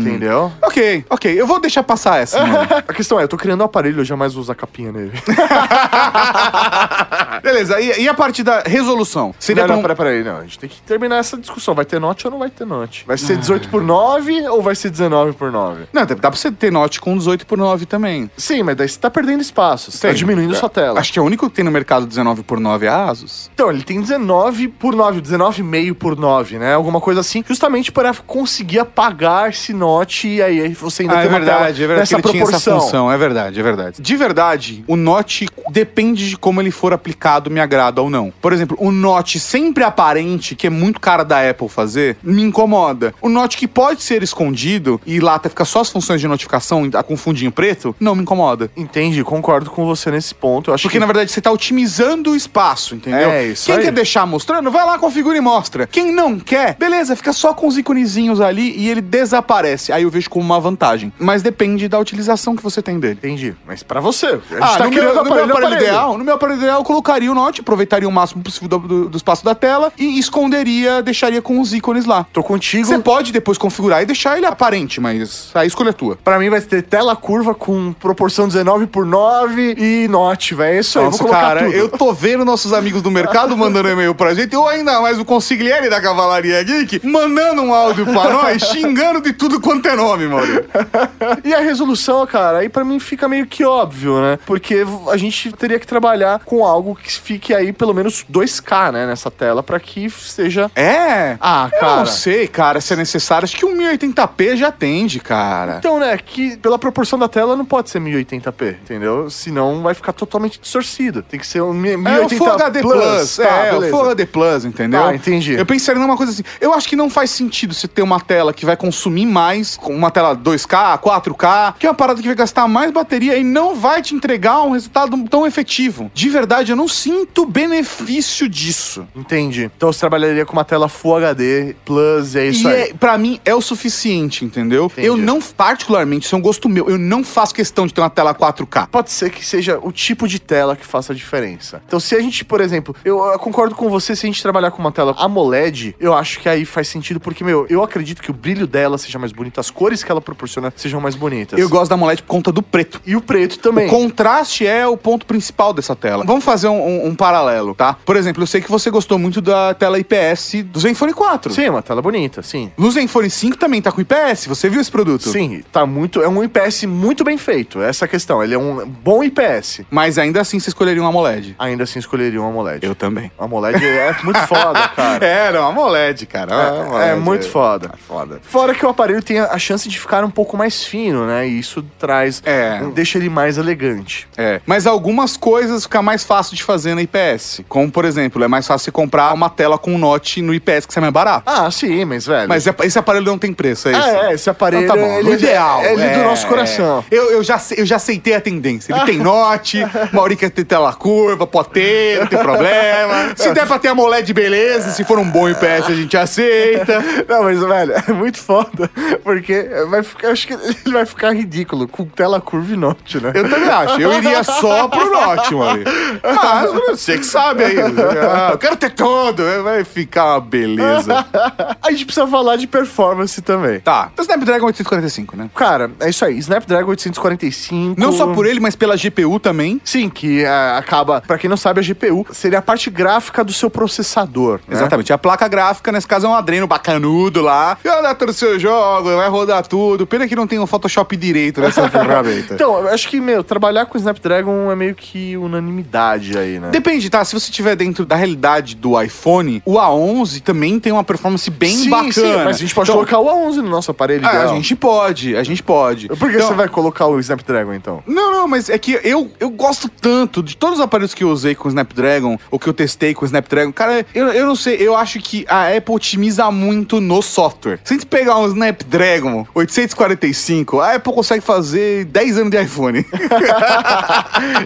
[SPEAKER 4] Entendeu?
[SPEAKER 9] Ok, ok. Eu vou deixar passar essa. mano.
[SPEAKER 4] a questão é, eu tô criando um aparelho, eu jamais uso a capinha nele.
[SPEAKER 9] Beleza, e, e a parte da resolução? Seria
[SPEAKER 4] não,
[SPEAKER 9] pra
[SPEAKER 4] não,
[SPEAKER 9] um-
[SPEAKER 4] peraí, peraí, não. A gente tem que terminar essa discussão. Vai ter note ou não vai ter note? Vai ser 18 por 9 ou vai ser 19 por 9?
[SPEAKER 9] Não, dá pra você ter note com 18 por 9 também.
[SPEAKER 4] Sim, mas daí você tá perdendo espaço. Você tá
[SPEAKER 9] Sim.
[SPEAKER 4] diminuindo sua tela.
[SPEAKER 9] Acho que é o único que tem no mercado 19 por 9 é a Asus.
[SPEAKER 4] Então, ele tem 19 por 9, 19,5 por 9, né? Alguma coisa assim, justamente para conseguir apagar esse note e aí você ainda
[SPEAKER 9] Ah,
[SPEAKER 4] tem
[SPEAKER 9] é
[SPEAKER 4] uma
[SPEAKER 9] verdade, é
[SPEAKER 4] tela
[SPEAKER 9] verdade
[SPEAKER 4] nessa
[SPEAKER 9] que ele tinha essa
[SPEAKER 4] proporção.
[SPEAKER 9] função, é verdade, é verdade. De verdade, o Note depende de como ele for aplicado
[SPEAKER 3] mercado me agrada ou não. Por exemplo, o note sempre aparente, que é muito cara da Apple fazer, me incomoda. O note que pode ser escondido e lá até ficar só as funções de notificação a- com fundinho preto, não me incomoda.
[SPEAKER 4] Entendi, concordo com você nesse ponto. Eu acho
[SPEAKER 3] Porque,
[SPEAKER 4] que...
[SPEAKER 3] na verdade, você tá otimizando o espaço, entendeu?
[SPEAKER 4] É, isso
[SPEAKER 3] Quem
[SPEAKER 4] aí.
[SPEAKER 3] quer deixar mostrando, vai lá, configura e mostra. Quem não quer, beleza, fica só com os iconezinhos ali e ele desaparece. Aí eu vejo como uma vantagem. Mas depende da utilização que você tem dele.
[SPEAKER 4] Entendi, mas pra você. A gente tá um
[SPEAKER 3] Ah, no, meu, no meu
[SPEAKER 4] aparelho,
[SPEAKER 3] aparelho ideal, no meu aparelho ideal, eu colocaria o Note, aproveitaria o máximo possível do, do- do espaço da tela e esconderia, deixaria com os ícones lá.
[SPEAKER 4] Tô contigo.
[SPEAKER 3] Você pode depois configurar e deixar ele aparente, mas a escolha é tua.
[SPEAKER 4] Pra mim vai ter tela curva com proporção 19 por 9 e note, velho. É isso aí,
[SPEAKER 3] Nossa,
[SPEAKER 4] vou colocar
[SPEAKER 3] cara,
[SPEAKER 4] tudo.
[SPEAKER 3] eu tô vendo nossos amigos do mercado mandando e-mail pra gente, ou ainda mais o consigliere da Cavalaria Geek mandando um áudio pra nós, xingando de tudo quanto é nome, Mauro.
[SPEAKER 4] E a resolução, cara, aí pra mim fica meio que óbvio, né? Porque a gente teria que trabalhar com algo que fique aí pelo menos 2K, né, nessa tela, pra que seja...
[SPEAKER 3] É?
[SPEAKER 4] Ah,
[SPEAKER 3] Eu
[SPEAKER 4] cara.
[SPEAKER 3] não sei, cara, se é necessário. Acho que um 1080p já atende, cara.
[SPEAKER 4] Então, né, que pela proporção da tela não pode ser 1080p, entendeu? Senão vai ficar totalmente distorcido. Tem que ser um mi- 1080p.
[SPEAKER 3] É o Full HD Plus.
[SPEAKER 4] tá,
[SPEAKER 3] é, o
[SPEAKER 4] beleza.
[SPEAKER 3] Full HD Plus, entendeu?
[SPEAKER 4] Tá, entendi.
[SPEAKER 3] Eu pensaria numa coisa assim. Eu acho que não faz sentido você ter uma tela que vai consumir mais, com uma tela 2K, 4K, que é uma parada que vai gastar mais bateria e não vai te entregar um resultado tão efetivo. De verdade, eu não sinto benefício disso.
[SPEAKER 4] Entendi. Então você trabalharia com uma tela Full HD Plus, é isso
[SPEAKER 3] e
[SPEAKER 4] aí.
[SPEAKER 3] é, pra mim é o suficiente, entendeu?
[SPEAKER 4] Entendi.
[SPEAKER 3] Eu não, particularmente, isso é um gosto meu, eu não faço questão de ter uma tela 4K.
[SPEAKER 4] Pode ser que seja o tipo de tela que faça a diferença. Então, se a gente, por exemplo, eu, ah, concordo com você, se a gente trabalhar com uma tela AMOLED, eu acho que aí faz sentido, porque, meu, eu acredito que o brilho dela seja mais bonito, as cores que ela proporciona sejam mais bonitas.
[SPEAKER 3] Eu gosto da AMOLED por conta do preto.
[SPEAKER 4] E o preto também.
[SPEAKER 3] O contraste é o ponto principal dessa tela. Vamos fazer um, um- um paralelo, tá? Por exemplo, eu sei que você gostou muito da tela IPS do Zenfone 4.
[SPEAKER 4] Sim, uma tela bonita, sim.
[SPEAKER 3] No Zenfone 5 também tá com IPS, você viu esse produto?
[SPEAKER 4] Sim, tá muito. É um IPS muito bem feito, essa é a questão. Ele é um bom IPS.
[SPEAKER 3] Mas ainda assim você escolheria um AMOLED.
[SPEAKER 4] Ainda assim, escolheria um AMOLED.
[SPEAKER 3] também.
[SPEAKER 4] O AMOLED é muito foda, cara.
[SPEAKER 3] É, não, AMOLED, cara.
[SPEAKER 4] É, é
[SPEAKER 3] AMOLED,
[SPEAKER 4] muito foda.
[SPEAKER 3] foda.
[SPEAKER 4] Fora que o aparelho tem a chance de ficar um pouco mais fino, né? E isso traz.
[SPEAKER 3] É.
[SPEAKER 4] Deixa ele mais elegante.
[SPEAKER 3] É. Mas algumas coisas fica mais fácil de fazer na IPS. Como, por exemplo, é mais fácil você comprar uma tela com note no IPS que sai mais barato.
[SPEAKER 4] Ah, sim, mas velho.
[SPEAKER 3] Mas esse aparelho não tem preço, é isso?
[SPEAKER 4] ah, é, esse aparelho.
[SPEAKER 3] Então tá bom,
[SPEAKER 4] ele
[SPEAKER 3] o ideal.
[SPEAKER 4] É, ele
[SPEAKER 3] é,
[SPEAKER 4] do nosso coração.
[SPEAKER 3] é. Eu, eu, já, sei- eu já aceitei a tendência. Ele tem note, Maurício quer ter tela curva, pode ter, não tem problema. Se der pra ter a AMOLED, beleza. Se for um bom IPS, a gente aceita.
[SPEAKER 4] Não, mas, velho, é muito foda. Porque vai ficar, acho que ele vai ficar ridículo com tela curva e note, né?
[SPEAKER 3] Eu também acho. Eu iria só pro note, Maurício.
[SPEAKER 4] Ah,
[SPEAKER 3] Ah, Mas você que sabe aí. Ah, Eu quero ter todo. Vai ficar uma beleza.
[SPEAKER 4] A gente precisa falar de performance também.
[SPEAKER 3] Tá. Então, Snapdragon 845, né?
[SPEAKER 4] Cara, é isso aí. Snapdragon 845.
[SPEAKER 3] Não só por ele, mas pela GPU também.
[SPEAKER 4] Sim, que ah, acaba, pra quem não sabe, a GPU seria a parte gráfica do seu processador. né?
[SPEAKER 3] Exatamente. A placa gráfica, nesse caso, é um adreno bacanudo lá. Vai rodar todos os seus jogos, vai rodar tudo. Pena que não tem o Photoshop direito né, nessa ferramenta.
[SPEAKER 4] Então, eu acho que, meu, trabalhar com Snapdragon é meio que unanimidade aí, né?
[SPEAKER 3] Depende, tá? Se você estiver dentro da realidade do iPhone, o A11 também tem uma performance bem
[SPEAKER 4] Sim,
[SPEAKER 3] bacana.
[SPEAKER 4] sim, mas a gente pode
[SPEAKER 3] Então,
[SPEAKER 4] colocar o A11 no nosso aparelho
[SPEAKER 3] ah, a
[SPEAKER 4] ideal.
[SPEAKER 3] gente pode, a gente pode.
[SPEAKER 4] Por que
[SPEAKER 3] Então-
[SPEAKER 4] você vai colocar o Snapdragon, então?
[SPEAKER 3] Não, não, mas é que eu, eu gosto tanto de todos os aparelhos que eu usei com o Snapdragon, ou que eu testei com o Snapdragon. Cara, eu, eu não sei, eu acho que a Apple otimiza muito no software. Se a gente pegar um Snapdragon 845, a Apple consegue fazer 10 anos de iPhone.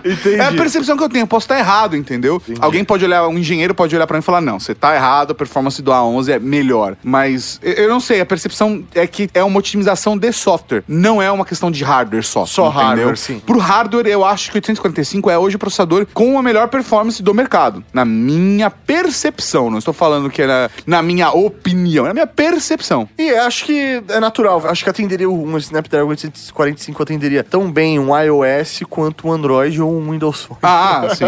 [SPEAKER 4] Entendi.
[SPEAKER 3] É a percepção que eu tenho, eu posso estar errado, entendeu? Alguém pode olhar, um engenheiro pode olhar pra mim e falar, não, você tá errado, a performance do A11 é melhor. Mas eu, eu não sei, a percepção é que é uma otimização de software, não é uma questão de hardware só.
[SPEAKER 4] Só
[SPEAKER 3] entendeu?
[SPEAKER 4] hardware, sim.
[SPEAKER 3] Pro hardware, eu acho que o 845 é hoje o processador com a melhor performance do mercado. Na minha percepção, não estou falando que era na minha opinião, é na minha percepção.
[SPEAKER 4] E acho que é natural. Acho que atenderia um Snapdragon 845 atenderia tão bem um iOS quanto um Android ou um Windows Phone.
[SPEAKER 3] Ah, sim.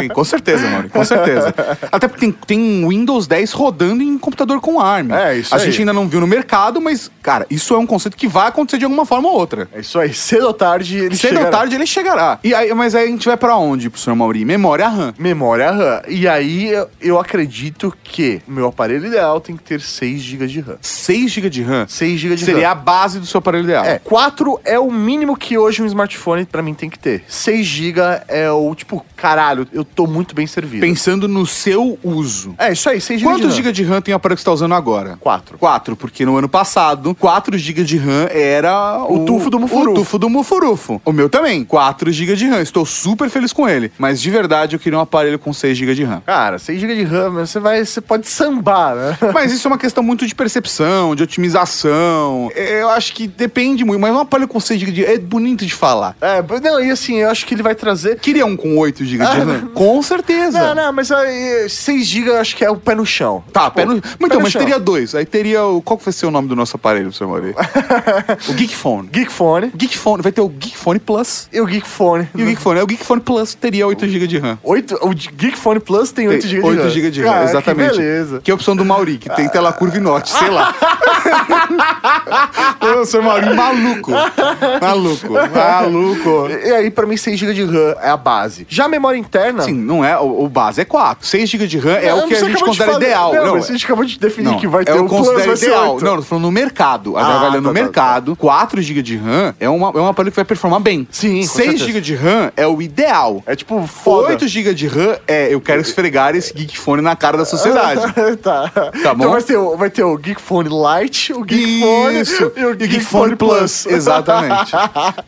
[SPEAKER 3] Sim, com certeza, mano. Com certeza. Até porque tem, tem Windows 10 rodando em computador com ARM.
[SPEAKER 4] É, isso
[SPEAKER 3] A
[SPEAKER 4] aí.
[SPEAKER 3] gente ainda não viu no mercado, mas, cara, isso é um conceito que vai acontecer de alguma forma ou outra.
[SPEAKER 4] É isso aí. Cedo ou tarde ele
[SPEAKER 3] Cedo ou
[SPEAKER 4] chegará.
[SPEAKER 3] tarde ele chegará. E aí, mas aí a gente vai pra onde, pro senhor Mauri? Memória RAM.
[SPEAKER 4] Memória RAM. E aí eu- eu acredito que meu aparelho ideal tem que ter 6 GB de RAM.
[SPEAKER 3] 6 GB de RAM
[SPEAKER 4] 6 GB de RAM.
[SPEAKER 3] seria a base do seu aparelho ideal.
[SPEAKER 4] É, 4 é o mínimo que hoje um smartphone pra mim tem que ter. 6 GB é o tipo, caralho, eu tô muito bem servido.
[SPEAKER 3] Pensando no seu uso.
[SPEAKER 4] É, isso aí, 6 GB
[SPEAKER 3] Quantos
[SPEAKER 4] de
[SPEAKER 3] GB de RAM tem o aparelho que você está usando agora?
[SPEAKER 4] 4.
[SPEAKER 3] 4, porque no ano passado, 4 GB de RAM era
[SPEAKER 4] O tufo do mufurufo.
[SPEAKER 3] O tufo do mufurufo. O meu também, 4 GB de RAM. Estou super feliz com ele. Mas de verdade, eu queria um aparelho com 6 GB de RAM.
[SPEAKER 4] Cara, 6 GB de RAM, você vai, você pode sambar, né?
[SPEAKER 3] Mas isso é uma questão muito de percepção, de otimização. Eu acho que depende muito. Mas um aparelho com 6 GB de RAM é bonito de falar.
[SPEAKER 4] É, não, e assim, eu acho que ele vai trazer.
[SPEAKER 3] Queria um com 8 GB de
[SPEAKER 4] Ah,
[SPEAKER 3] RAM? Com certeza.
[SPEAKER 4] Não, não, mas aí, 6 GB eu acho que é o pé no chão.
[SPEAKER 3] é. Tá,
[SPEAKER 4] Tipo,
[SPEAKER 3] pé no... Mas então,
[SPEAKER 4] no
[SPEAKER 3] mas
[SPEAKER 4] chão.
[SPEAKER 3] teria dois. Aí teria o... Qual que vai ser o nome do nosso aparelho, seu Mauri? o Geekphone.
[SPEAKER 4] Geekfone
[SPEAKER 3] Geekphone. Vai ter o Geekphone Plus
[SPEAKER 4] e o Geekfone.
[SPEAKER 3] e o Geekphone. Aí O Geekphone Plus teria 8 GB de RAM.
[SPEAKER 4] 8, o Geekfone Plus tem 8 GB de RAM.
[SPEAKER 3] 8 GB de RAM,
[SPEAKER 4] Cara, que
[SPEAKER 3] exatamente.
[SPEAKER 4] beleza.
[SPEAKER 3] Que é a opção do Mauri, que tem tela curva e note, sei lá. Eu sou Mauri, maluco. Maluco, maluco.
[SPEAKER 4] E aí, pra mim, 6 GB de RAM é a base. Já a memória interna.
[SPEAKER 3] Sim, não é. O, o base é 4. 6 GB de RAM é
[SPEAKER 4] Não,
[SPEAKER 3] o que a
[SPEAKER 4] você
[SPEAKER 3] gente
[SPEAKER 4] acabou de
[SPEAKER 3] considera
[SPEAKER 4] falar-
[SPEAKER 3] ideal.
[SPEAKER 4] Não,
[SPEAKER 3] Não,
[SPEAKER 4] mas a gente acabou de definir que vai ter
[SPEAKER 3] eu
[SPEAKER 4] o Plus,
[SPEAKER 3] considero
[SPEAKER 4] vai ser
[SPEAKER 3] ideal.
[SPEAKER 4] 8.
[SPEAKER 3] Não, eu tô falando no mercado. Agora
[SPEAKER 4] Ah,
[SPEAKER 3] vai olhar no
[SPEAKER 4] tá, tá,
[SPEAKER 3] mercado, 4 GB de RAM é, uma, é um aparelho que vai performar bem.
[SPEAKER 4] Sim, com
[SPEAKER 3] 6
[SPEAKER 4] certeza.
[SPEAKER 3] GB de RAM é o ideal.
[SPEAKER 4] É tipo, foda.
[SPEAKER 3] 8 GB de RAM é eu quero esfregar esse geekfone na cara da sociedade.
[SPEAKER 4] tá.
[SPEAKER 3] bom?
[SPEAKER 4] Então vai ter, o- vai ter o Geekfone Lite, o Geekfone
[SPEAKER 3] Isso.
[SPEAKER 4] e o
[SPEAKER 3] E Geekfone Plus, exatamente.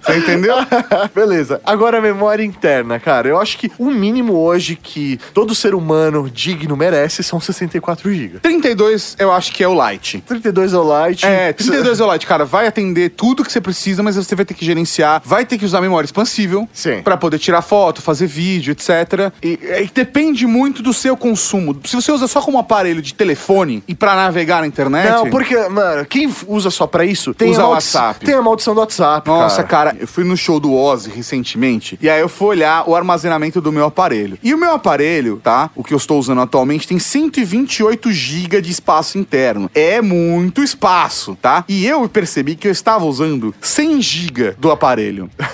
[SPEAKER 3] Você entendeu?
[SPEAKER 4] Beleza. Agora a memória interna, cara. Eu acho que o mínimo hoje que todo ser humano digno merece são 64 GB.
[SPEAKER 3] 32 eu acho que é o light.
[SPEAKER 4] 32 é o Lite.
[SPEAKER 3] É, 32 é o light, cara, vai atender tudo que você precisa, mas você vai ter que gerenciar, vai ter que usar memória expansível
[SPEAKER 4] Sim.
[SPEAKER 3] pra poder tirar foto, fazer vídeo, etc. E, é, e depende muito do seu consumo. Se você usa só como aparelho de telefone e pra navegar na internet,
[SPEAKER 4] Não, porque, mano, quem usa só pra isso tem,
[SPEAKER 3] Usa
[SPEAKER 4] a, maldi-
[SPEAKER 3] WhatsApp.
[SPEAKER 4] tem a maldição do WhatsApp.
[SPEAKER 3] Nossa, cara. eu fui no show do Ozzy recentemente e aí eu fui olhar o armazenamento do meu aparelho. E o meu aparelho, tá? O que eu estou usando atualmente tem 128 GB de espaço interno. É muito espaço, tá? E eu percebi que eu estava usando 100 GB do aparelho.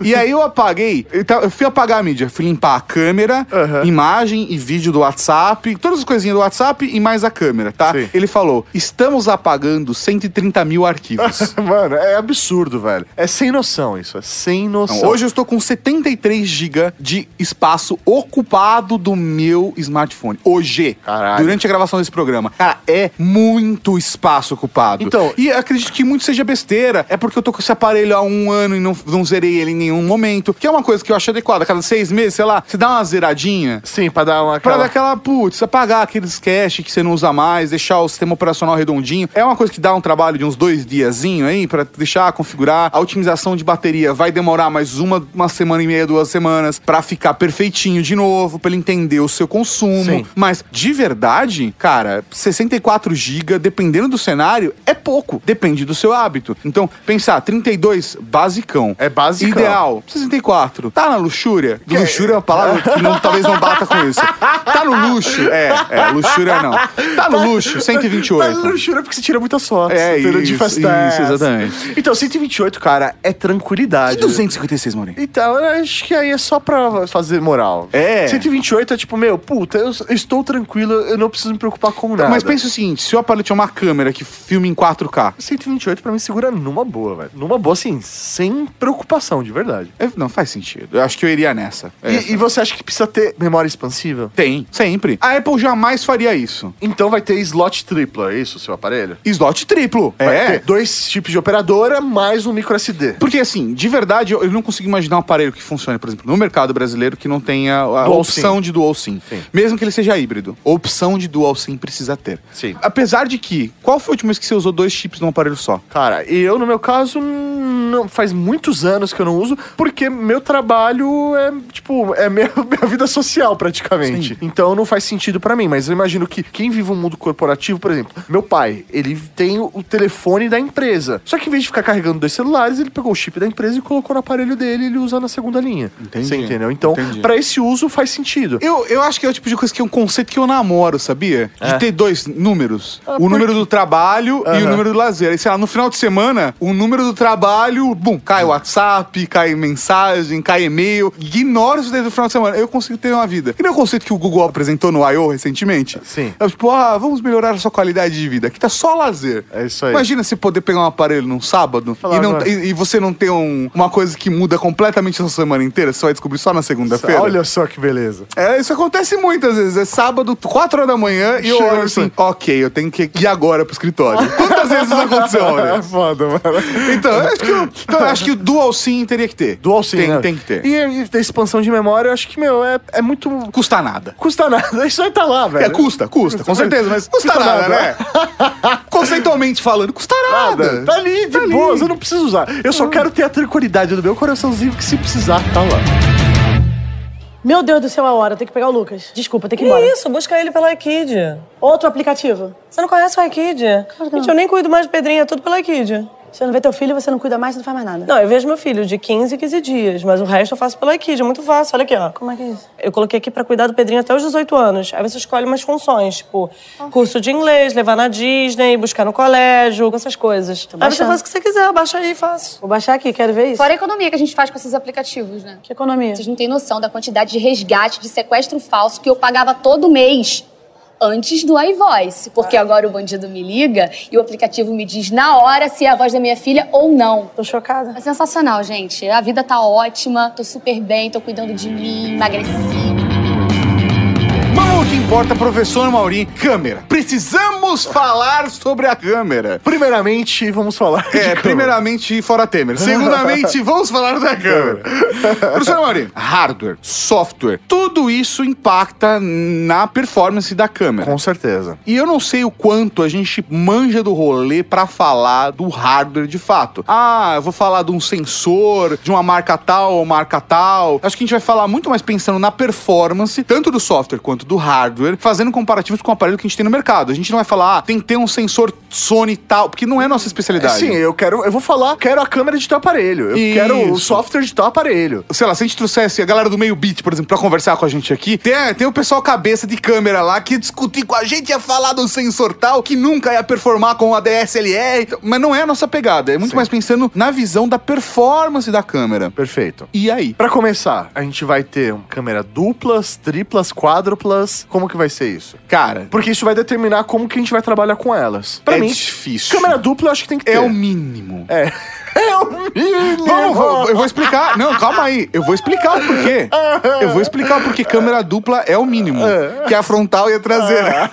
[SPEAKER 3] E aí eu apaguei, eu ta- eu fui apagar a mídia, fui limpar a câmera,
[SPEAKER 4] Aham.
[SPEAKER 3] imagem e vídeo do WhatsApp, todas as coisinhas do WhatsApp e mais a câmera, tá?
[SPEAKER 4] Sim.
[SPEAKER 3] Ele falou, estamos apagando 130 mil arquivos.
[SPEAKER 4] Mano, é absurdo, velho. É sem noção isso. É sem noção.
[SPEAKER 3] Não, hoje eu estou com 73 GB de espaço ocupado do meu smartphone. Hoje.
[SPEAKER 4] Caralho.
[SPEAKER 3] Durante a gravação desse programa. Cara, é muito espaço ocupado.
[SPEAKER 4] Então-
[SPEAKER 3] E acredito que muito seja besteira. É porque eu tô com esse aparelho há um ano e não, não zerei ele em nenhum momento. Que é uma coisa que eu acho adequada. Cada seis meses, sei lá, você dá uma zeradinha.
[SPEAKER 4] Sim, pra dar uma.
[SPEAKER 3] Pra
[SPEAKER 4] aquela-
[SPEAKER 3] dar aquela, putz, apagar aqueles cache que você não usa mais, deixar o sistema operacional redondinho. É uma coisa que dá um trabalho de uns dois diazinho aí, pra deixar, configurar. A otimização de bateria vai demorar mais uma, uma semana e meia, duas semanas, pra ficar perfeitinho de novo, pra ele entender o seu consumo.
[SPEAKER 4] Sim.
[SPEAKER 3] Mas, de verdade, cara, 64 GB, dependendo do cenário, é pouco. Depende do seu hábito. Então, pensar, 32, basicão.
[SPEAKER 4] É basicão.
[SPEAKER 3] Ideal, 64. Tá na luxúria? Luxúria é uma palavra que não- talvez não bata com isso. Tá no luxo. É, é, luxúria não. Tá no luxo,
[SPEAKER 4] Tá
[SPEAKER 3] 128.
[SPEAKER 4] luxura porque você tira muita sorte.
[SPEAKER 3] É
[SPEAKER 4] entendeu?
[SPEAKER 3] isso,
[SPEAKER 4] de festa.
[SPEAKER 3] isso, exatamente.
[SPEAKER 4] Então, 128, cara, é tranquilidade.
[SPEAKER 3] E 256, Maurinho?
[SPEAKER 4] Então, eu acho que aí é só pra fazer moral.
[SPEAKER 3] É.
[SPEAKER 4] 128 é tipo, meu, puta, eu eu estou tranquilo, eu não preciso me preocupar com nada.
[SPEAKER 3] Mas pensa o seguinte, se o aparelho tiver uma câmera que filma em 4K,
[SPEAKER 4] 128 pra mim segura numa boa, velho. Numa boa, assim, sem preocupação, de verdade.
[SPEAKER 3] eu- é, não faz sentido. Eu acho que eu iria nessa. É.
[SPEAKER 4] E, e você acha que precisa ter memória expansiva?
[SPEAKER 3] Tem, sempre. A Apple jamais faria isso.
[SPEAKER 4] Então vai ter slot triplo, é isso, o seu aparelho?
[SPEAKER 3] Slot triplo.
[SPEAKER 4] Vai
[SPEAKER 3] é.
[SPEAKER 4] ter dois tipos de operadora mais um micro SD.
[SPEAKER 3] Porque, assim, de verdade, eu, eu não consigo imaginar um aparelho que funcione, por exemplo, no mercado brasileiro, que não tenha a
[SPEAKER 4] Dual
[SPEAKER 3] opção
[SPEAKER 4] SIM.
[SPEAKER 3] de dual SIM.
[SPEAKER 4] Sim.
[SPEAKER 3] Mesmo que ele seja híbrido. A opção de dual SIM precisa ter.
[SPEAKER 4] Sim.
[SPEAKER 3] Apesar de que, qual foi o último vez que você usou dois chips num aparelho só?
[SPEAKER 4] Cara, e eu, no meu caso, não, faz muitos anos que eu não uso, porque meu trabalho é, tipo, é minha, minha vida social, praticamente.
[SPEAKER 3] Sim.
[SPEAKER 4] Então não faz sentido pra mim, mas eu imagino que quem vive um mundo corporativo, por exemplo, meu pai, ele tem o o telefone da empresa. Só que em vez de ficar carregando dois celulares, ele pegou o chip da empresa e colocou no aparelho dele e ele usa na segunda linha.
[SPEAKER 3] Entendi.
[SPEAKER 4] Você entendeu? Então,
[SPEAKER 3] Entendi.
[SPEAKER 4] pra esse uso faz sentido.
[SPEAKER 3] Eu, eu acho que é o tipo de coisa que é um conceito que eu namoro, sabia? De
[SPEAKER 4] É.
[SPEAKER 3] ter dois números.
[SPEAKER 4] Ah,
[SPEAKER 3] o
[SPEAKER 4] por
[SPEAKER 3] número do trabalho e o
[SPEAKER 4] Aham.
[SPEAKER 3] número do lazer. Aí, sei lá, no final de semana, o número do trabalho, bum, cai o WhatsApp, zumbi, cai mensagem, cai e-mail. Ignora isso desde o final de semana. Eu consigo ter uma vida. Que nem o conceito que o Google apresentou no I.O. recentemente.
[SPEAKER 4] Sim.
[SPEAKER 3] É tipo, ah, vamos melhorar a sua qualidade de vida. Aqui tá só lazer.
[SPEAKER 4] É isso aí.
[SPEAKER 3] Imagina se poder pegar um aparelho num sábado
[SPEAKER 4] Falar
[SPEAKER 3] e, não-
[SPEAKER 4] agora.
[SPEAKER 3] e- e você não ter um- uma coisa que muda completamente a sua semana inteira. Você vai descobrir só na segunda-feira.
[SPEAKER 4] Olha só que beleza.
[SPEAKER 3] É, isso acontece muitas vezes. É sábado, 4 horas da manhã, e eu
[SPEAKER 4] Chega
[SPEAKER 3] olho
[SPEAKER 4] isso.
[SPEAKER 3] assim, ok, eu tenho que ir agora pro escritório. Quantas vezes isso aconteceu,
[SPEAKER 4] É
[SPEAKER 3] olha?
[SPEAKER 4] foda, mano.
[SPEAKER 3] Então, eu acho que, eu, então, eu acho que o Dual Sim teria que ter.
[SPEAKER 4] Dual sim,
[SPEAKER 3] tem,
[SPEAKER 4] né?
[SPEAKER 3] tem que ter.
[SPEAKER 4] E, e ter expansão de memória, eu acho que, meu, é, é muito.
[SPEAKER 3] custa nada.
[SPEAKER 4] Custa nada. Isso aí tá lá, velho.
[SPEAKER 3] É, custa, custa, com certeza, mas custa,
[SPEAKER 4] Custa
[SPEAKER 3] nada,
[SPEAKER 4] nada.
[SPEAKER 3] né? Conceitualmente falando, custa nada.
[SPEAKER 4] nada. Tá ali, de
[SPEAKER 3] Tá ali. Tá.
[SPEAKER 4] boas, eu não preciso usar. Eu só quero ter a tranquilidade do meu coraçãozinho que se precisar, tá lá.
[SPEAKER 12] Meu Deus do céu, a hora. Tem que pegar o Lucas. Desculpa, tem que ir
[SPEAKER 13] Que
[SPEAKER 12] embora.
[SPEAKER 13] isso? Busca ele pela iKid.
[SPEAKER 12] Outro aplicativo.
[SPEAKER 13] Você não conhece o iKid? Gente, eu nem cuido mais de Pedrinho, é tudo pela iKid.
[SPEAKER 12] Você não vê teu filho, você não cuida mais, você não faz mais nada.
[SPEAKER 13] Não, eu vejo meu filho de 15 em 15 dias, mas o resto eu faço pela iKid, é muito fácil. Olha aqui, ó.
[SPEAKER 12] Como é que é isso?
[SPEAKER 13] Eu coloquei aqui pra cuidar do Pedrinho até os 18 anos. Aí você escolhe umas funções, tipo
[SPEAKER 12] Ah.
[SPEAKER 13] curso de inglês, levar na Disney, buscar no colégio, essas coisas. Aí você
[SPEAKER 12] baixando.
[SPEAKER 13] faz o que você quiser, baixa aí e faz.
[SPEAKER 12] Vou baixar aqui, quero ver isso.
[SPEAKER 11] Fora a economia que a gente faz com esses aplicativos, né?
[SPEAKER 12] Que economia?
[SPEAKER 11] Vocês não têm noção da quantidade de resgate, de sequestro falso que eu pagava todo mês antes do iVoice. Porque agora o bandido me liga e o aplicativo me diz na hora se é a voz da minha filha ou não.
[SPEAKER 12] Tô chocada.
[SPEAKER 11] É sensacional, gente. A vida tá ótima, tô super bem, tô cuidando de mim, emagreci.
[SPEAKER 3] Mas o que importa, professor Maurinho, câmera. Precisamos falar sobre a câmera.
[SPEAKER 4] Primeiramente, vamos falar. de
[SPEAKER 3] É,
[SPEAKER 4] câmera.
[SPEAKER 3] primeiramente, fora Temer. Segundamente, vamos falar da câmera. Professor Mauri, hardware, software, tudo isso impacta na performance da câmera.
[SPEAKER 4] Com certeza.
[SPEAKER 3] E eu não sei o quanto a gente manja do rolê pra falar do hardware de fato. Ah, eu vou falar de um sensor, de uma marca tal ou marca tal. Acho que a gente vai falar muito mais pensando na performance, tanto do software quanto do hardware, fazendo comparativos com o aparelho que a gente tem no mercado. A gente não vai falar, ah, tem que ter um sensor Sony tal, porque não é nossa especialidade.
[SPEAKER 4] Sim, eu quero. Eu vou falar, quero a câmera de teu aparelho. Eu
[SPEAKER 3] Isso.
[SPEAKER 4] quero o software de teu aparelho.
[SPEAKER 3] sei lá, se a gente trouxesse a galera do meio beat, por exemplo, pra conversar com a gente aqui, tem, tem o pessoal cabeça de câmera lá que ia discutir com a gente, ia falar do sensor tal, que nunca ia performar com a DSLR. Então, Mas não é a nossa pegada, é muito
[SPEAKER 4] Sim.
[SPEAKER 3] mais pensando na visão da performance da câmera.
[SPEAKER 4] Perfeito.
[SPEAKER 3] E aí?
[SPEAKER 4] Pra começar, a gente vai ter uma câmera duplas, triplas, quádruplas. Como que vai ser isso?
[SPEAKER 3] Cara,
[SPEAKER 4] Porque isso vai determinar como que a gente vai trabalhar com elas. Pra
[SPEAKER 3] é
[SPEAKER 4] mim,
[SPEAKER 3] difícil.
[SPEAKER 4] câmera dupla eu acho que tem que ter.
[SPEAKER 3] é o mínimo.
[SPEAKER 4] É. É o mínimo.
[SPEAKER 3] Vamos, vou- eu vou explicar. Não, calma aí. Eu vou explicar o porquê. Eu vou explicar porque câmera dupla é o mínimo. Que é a frontal e a traseira.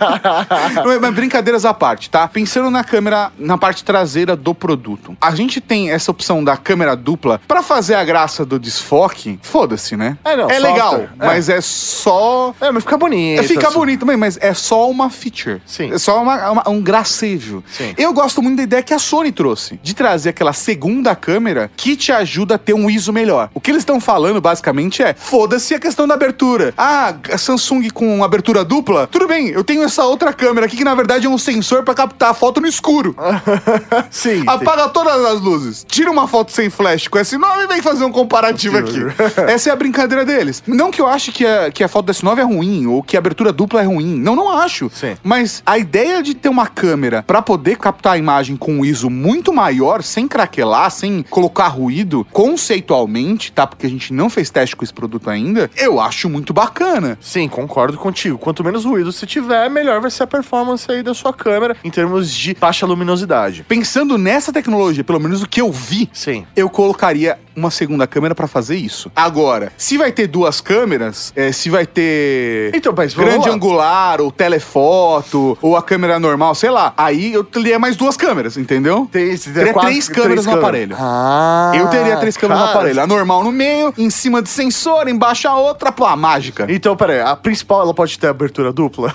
[SPEAKER 3] Não, Mas brincadeiras à parte, tá? Pensando na câmera, na parte traseira do produto. A gente tem essa opção da câmera dupla pra fazer a graça do desfoque. Foda-se, né?
[SPEAKER 4] É, não, software.
[SPEAKER 3] legal,
[SPEAKER 4] É.
[SPEAKER 3] mas é só...
[SPEAKER 4] É, mas fica bonito.
[SPEAKER 3] É, fica
[SPEAKER 4] assim.
[SPEAKER 3] bonito também, mas é só uma feature.
[SPEAKER 4] Sim.
[SPEAKER 3] É só uma- uma- um gracejo.
[SPEAKER 4] Sim.
[SPEAKER 3] Eu gosto muito da ideia que a Sony trouxe, de trazer aquela segunda câmera que te ajuda a ter um ISO melhor. O que eles estão falando, basicamente, é foda-se a questão da abertura. Ah, a Samsung com abertura dupla? Tudo bem, eu tenho essa outra câmera aqui que, na verdade, é um sensor pra captar a foto no escuro.
[SPEAKER 4] Sim.
[SPEAKER 3] Apaga todas as luzes. Tira uma foto sem flash com S9 e vem fazer um comparativo aqui. Essa é a brincadeira deles. Não que eu ache que a, que a foto do S9 é ruim ou que a abertura dupla é ruim. Não, não acho.
[SPEAKER 4] Sim.
[SPEAKER 3] Mas a ideia de ter uma câmera pra poder captar a imagem com um ISO muito maior, sem craquelar, sem colocar ruído, conceitualmente, tá? Porque a gente não fez teste com esse produto ainda, eu acho muito bacana.
[SPEAKER 4] Sim, concordo contigo. Quanto menos ruído você tiver, melhor vai ser a performance aí da sua câmera em termos de baixa luminosidade.
[SPEAKER 3] Pensando nessa tecnologia, pelo menos o que eu vi,
[SPEAKER 4] Sim.
[SPEAKER 3] eu colocaria uma segunda câmera pra fazer isso. Agora, se vai ter duas câmeras, é, se vai ter
[SPEAKER 4] Então, mas vamos
[SPEAKER 3] grande
[SPEAKER 4] lá.
[SPEAKER 3] angular, ou telefoto, ou a câmera normal, sei lá, aí eu teria mais duas câmeras, entendeu?
[SPEAKER 4] Tem, tem
[SPEAKER 3] Teria
[SPEAKER 4] quatro-
[SPEAKER 3] três câmeras no aparelho.
[SPEAKER 4] Ah,
[SPEAKER 3] eu teria três câmeras no
[SPEAKER 4] cara.
[SPEAKER 3] aparelho. A normal no meio, em cima de sensor, embaixo a outra, pô, a mágica.
[SPEAKER 4] Então, peraí, a principal ela pode ter abertura dupla?